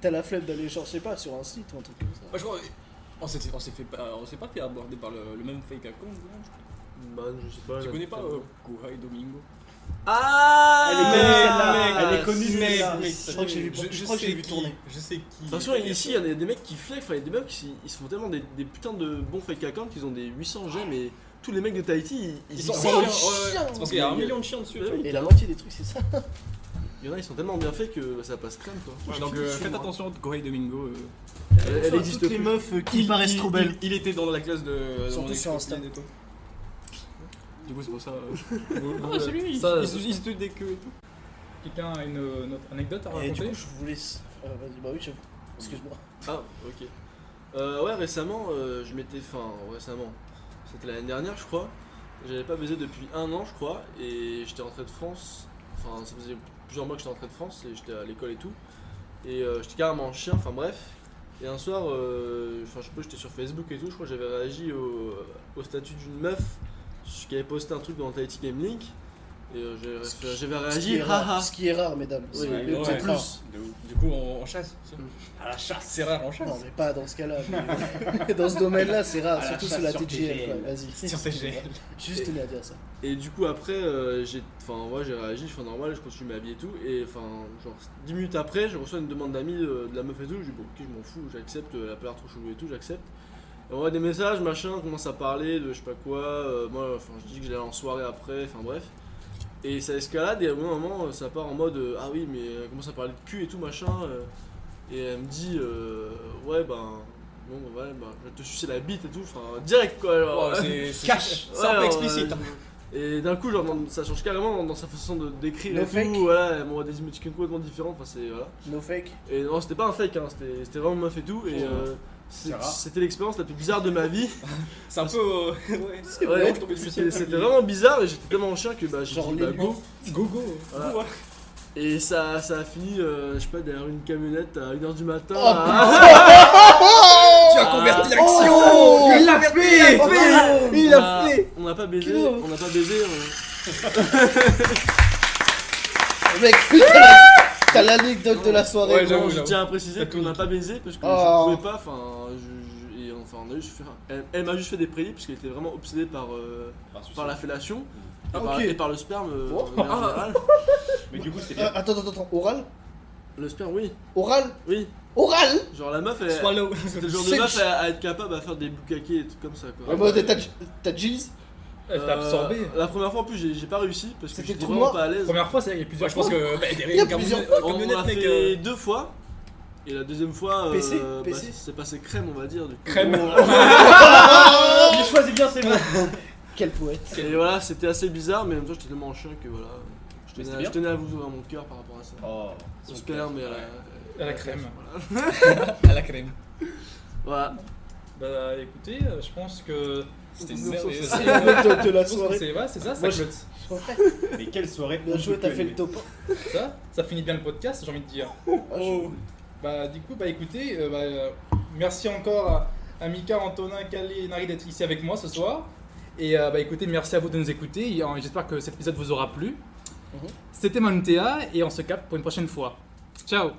Speaker 4: T'as la flemme d'aller chercher, je sais pas, sur un site ou un truc comme ça.
Speaker 2: Moi, je crois. On s'est on s'est fait pas- on s'est pas fait aborder par le, le même fake account. non
Speaker 3: bah, je sais pas.
Speaker 2: Tu
Speaker 3: là,
Speaker 2: connais pas
Speaker 3: putain.
Speaker 2: euh, Kuhai Domingo
Speaker 3: Ah
Speaker 5: Elle est connue, celle-là.
Speaker 3: mec,
Speaker 5: Elle est connue,
Speaker 3: mec,
Speaker 5: celle-là.
Speaker 3: mec.
Speaker 4: Je crois que j'ai vu, je crois que j'ai
Speaker 2: sais
Speaker 4: vu
Speaker 2: qui-
Speaker 4: tourner.
Speaker 2: Je sais qui.
Speaker 3: Attention, ici, il y en a des mecs qui flex, enfin, il y a des mecs qui ils se font tellement des, des putains de bons fake accounts qu'ils ont des 800 j'aime et tous les mecs de Tahiti, ils,
Speaker 2: Ils
Speaker 3: ils
Speaker 2: sont
Speaker 4: sont
Speaker 2: en
Speaker 4: chiants.
Speaker 2: C'est parce qu'il y a un million de chiens dessus.
Speaker 3: Ouais,
Speaker 2: tu vois.
Speaker 4: Et la moitié des trucs, c'est ça.
Speaker 3: Il y en a, ils sont tellement bien faits que ça passe crème quoi.
Speaker 2: Ouais, donc euh, faites attention, Kuhai Domingo. euh,
Speaker 3: Elle, elle existe
Speaker 4: Toutes les
Speaker 3: plus.
Speaker 4: meufs euh, qui
Speaker 2: il-
Speaker 4: paraissent
Speaker 2: il-
Speaker 4: trop belles.
Speaker 2: Il, il était dans la classe de.
Speaker 4: Surtout
Speaker 2: dans
Speaker 4: sur Insta.
Speaker 2: copines et tout. Du coup, c'est pour ça. euh, vous-
Speaker 1: Ah,
Speaker 2: vous-
Speaker 1: c'est lui.
Speaker 2: ça,
Speaker 1: Ça,
Speaker 2: il, se- il se tue des queues et tout.
Speaker 1: Quelqu'un a une, euh, une autre anecdote à
Speaker 4: Et
Speaker 1: raconter
Speaker 4: du coup, je vous laisse. Euh, Vas-y, bah oui, j'avoue. Excuse-moi.
Speaker 3: Ah, ok. Euh, ouais, récemment, euh, je m'étais. Enfin, récemment. C'était l'année dernière, je crois. J'avais pas baisé depuis un an, je crois. Et j'étais rentré de France. Enfin, ça faisait plusieurs mois que j'étais rentré de France et j'étais à l'école et tout. Et euh, j'étais carrément en chien, enfin bref. Et un soir, euh, enfin, je sais pas, j'étais sur Facebook et tout. Je crois que j'avais réagi au, au statut d'une meuf qui avait posté un truc dans Tahiti Game Link. Et euh, j'avais- j'avais
Speaker 4: Ce qui
Speaker 3: réagi.
Speaker 4: est
Speaker 3: haha.
Speaker 4: rare, ce qui est rare, mesdames.
Speaker 3: Oui,
Speaker 4: C'est-
Speaker 3: oui,
Speaker 4: c'est
Speaker 2: ouais.
Speaker 4: plus.
Speaker 2: De ouf. Du coup, on, on chasse. c'est- À la chasse, c'est rare, on
Speaker 4: Non,
Speaker 2: chasse.
Speaker 4: mais pas dans ce cas-là. mais- dans ce domaine-là, c'est rare,
Speaker 5: À la
Speaker 4: surtout
Speaker 5: chasse
Speaker 4: sur la
Speaker 5: sur
Speaker 4: TGL.
Speaker 5: TGL.
Speaker 4: quoi. Vas-y.
Speaker 1: Sur TGL.
Speaker 4: Juste tenais à dire ça.
Speaker 3: Et du coup après euh, j'ai enfin ouais, j'ai réagi, je fais normal, je continue ma vie et tout et enfin genre 10 minutes après, je reçois une demande d'amis euh, de la meuf et tout, je dis bon, OK, je m'en fous, j'accepte, elle a pas l'air trop chelou et tout, j'accepte. Et on voit des messages, machin, on commence à parler de je sais pas quoi, euh, moi enfin je dis que j'allais en soirée après, enfin bref. Et ça escalade et à un moment euh, ça part en mode euh, ah oui, mais elle commence à parler de cul et tout machin euh, et elle me dit euh, ouais ben bon ben, voilà, ben, je vais te sucer la bite et tout, enfin direct quoi. genre.
Speaker 2: Oh, c'est- c'est-
Speaker 3: Cache.
Speaker 2: C'est un peu
Speaker 3: Ouais,
Speaker 2: explicite. hein.
Speaker 3: ouais. Et d'un coup, genre, dans- ça change carrément dans, dans sa façon de décrire
Speaker 4: Le
Speaker 3: et
Speaker 4: fake.
Speaker 3: tout. Voilà, elle m'envoie des émoticônes complètement différents. Enfin, c'est voilà.
Speaker 4: No fake.
Speaker 3: Et non, c'était pas un fake, hein, c'était c'était vraiment meuf et tout. Et
Speaker 4: Oh.
Speaker 3: euh, c'est-
Speaker 5: C'est rare.
Speaker 3: c'était l'expérience la plus bizarre de ma vie.
Speaker 2: C'est un peu. euh, ouais,
Speaker 4: C'est
Speaker 3: Ouais,
Speaker 4: vrai.
Speaker 2: tombé Oh, du
Speaker 3: C'était
Speaker 2: ciel.
Speaker 3: c'était vraiment bizarre et j'étais tellement en chien que bah, j'ai
Speaker 4: Genre
Speaker 3: dit bah,
Speaker 4: les
Speaker 3: go.
Speaker 1: Gogo
Speaker 3: Voilà. Et ça, ça a fini, euh, je sais pas, derrière une camionnette à 1h du matin. Ah,
Speaker 4: Oh,
Speaker 3: à-
Speaker 2: Tu as converti l'action
Speaker 4: Oh,
Speaker 2: Il l'a fait
Speaker 4: Oh, Il
Speaker 3: on
Speaker 4: a
Speaker 5: Ah.
Speaker 3: a-
Speaker 4: fait
Speaker 3: On n'a pas baisé,
Speaker 4: Kilo.
Speaker 3: on n'a pas baisé. on-
Speaker 4: Mec, t'as la- t'as l'anecdote de la soirée.
Speaker 2: Ouais, j'avoue,
Speaker 3: Non, je
Speaker 2: j'avoue.
Speaker 3: tiens à préciser qu'on n'a pas baisé parce que
Speaker 4: Oh.
Speaker 3: je pouvais pas. Enfin, je- je- et enfin, on a juste fait un- Elle, elle m'a juste fait des prélims parce qu'elle était vraiment obsédée par. euh, par la fellation et,
Speaker 4: Ah,
Speaker 3: par,
Speaker 4: ok.
Speaker 3: et par le sperme euh,
Speaker 4: Oh.
Speaker 3: de manière générale.
Speaker 5: Mais du coup, c'était
Speaker 4: Euh,
Speaker 5: bien.
Speaker 4: attends, attends, attends. Oral
Speaker 3: Le sperme, oui,
Speaker 4: Oral
Speaker 3: oui.
Speaker 4: Oral
Speaker 3: Genre la meuf, elle,
Speaker 2: Swallow
Speaker 3: c'est le genre de
Speaker 4: C'est-
Speaker 3: meuf à, à être capable à faire des bukake et tout comme ça quoi.
Speaker 4: Ouais, bah, t'as- t'as- T'as Jizz
Speaker 1: Elle t'a
Speaker 3: Euh,
Speaker 1: absorbé.
Speaker 3: La première fois en plus, j'ai j'ai pas réussi parce que
Speaker 4: C'était
Speaker 3: j'étais
Speaker 4: trop
Speaker 3: vraiment
Speaker 4: noir.
Speaker 3: pas à l'aise.
Speaker 1: Première fois, c'est il y a
Speaker 2: Bah,
Speaker 1: plusieurs
Speaker 2: je pense
Speaker 1: fois.
Speaker 2: que. Bah,
Speaker 4: y a
Speaker 2: derrière une
Speaker 4: plusieurs
Speaker 2: camionnette,
Speaker 4: fois.
Speaker 2: euh,
Speaker 3: On, on l'a
Speaker 2: camionnette, mec.
Speaker 3: fait
Speaker 2: euh,
Speaker 3: deux fois et la deuxième fois, euh,
Speaker 4: PC,
Speaker 3: bah,
Speaker 4: PC.
Speaker 3: c'est passé crème, on va dire. Du coup.
Speaker 2: Crème
Speaker 5: Il choisit bien ses mots.
Speaker 4: Quel poète.
Speaker 3: Et voilà, c'était assez bizarre, mais en même temps, j'étais tellement en chien que voilà. Je
Speaker 5: Mais
Speaker 3: tenais,
Speaker 5: c'était
Speaker 3: à,
Speaker 5: bien.
Speaker 3: je tenais à vous ouvrir mon cœur par rapport à ça.
Speaker 5: Oh,
Speaker 3: Au sperme et à euh, la,
Speaker 1: À la crème.
Speaker 3: Voilà.
Speaker 2: À la crème.
Speaker 3: Voilà.
Speaker 1: Bah écoutez, euh, je pense que.
Speaker 2: C'était une merde.
Speaker 1: Je
Speaker 4: C'est l'anecdote de la
Speaker 1: pense que
Speaker 4: soirée.
Speaker 1: C'est ouais, c'est ça, ça
Speaker 4: Moi, je-
Speaker 1: clote.
Speaker 5: mais quelle soirée.
Speaker 4: Bien joué, t'as fait le top.
Speaker 1: Ça, ça finit bien le podcast, j'ai envie de dire.
Speaker 5: Oh.
Speaker 1: Bah du coup, bah écoutez, euh, bah, euh, merci encore à, à Mika, Antonin, Calé et Nari d'être ici avec moi ce soir. Et euh, bah écoutez, merci à vous de nous écouter. Et, euh, J'espère que cet épisode vous aura plu.
Speaker 4: Mhm.
Speaker 1: C'était Mantea et on se capte pour une prochaine fois. Ciao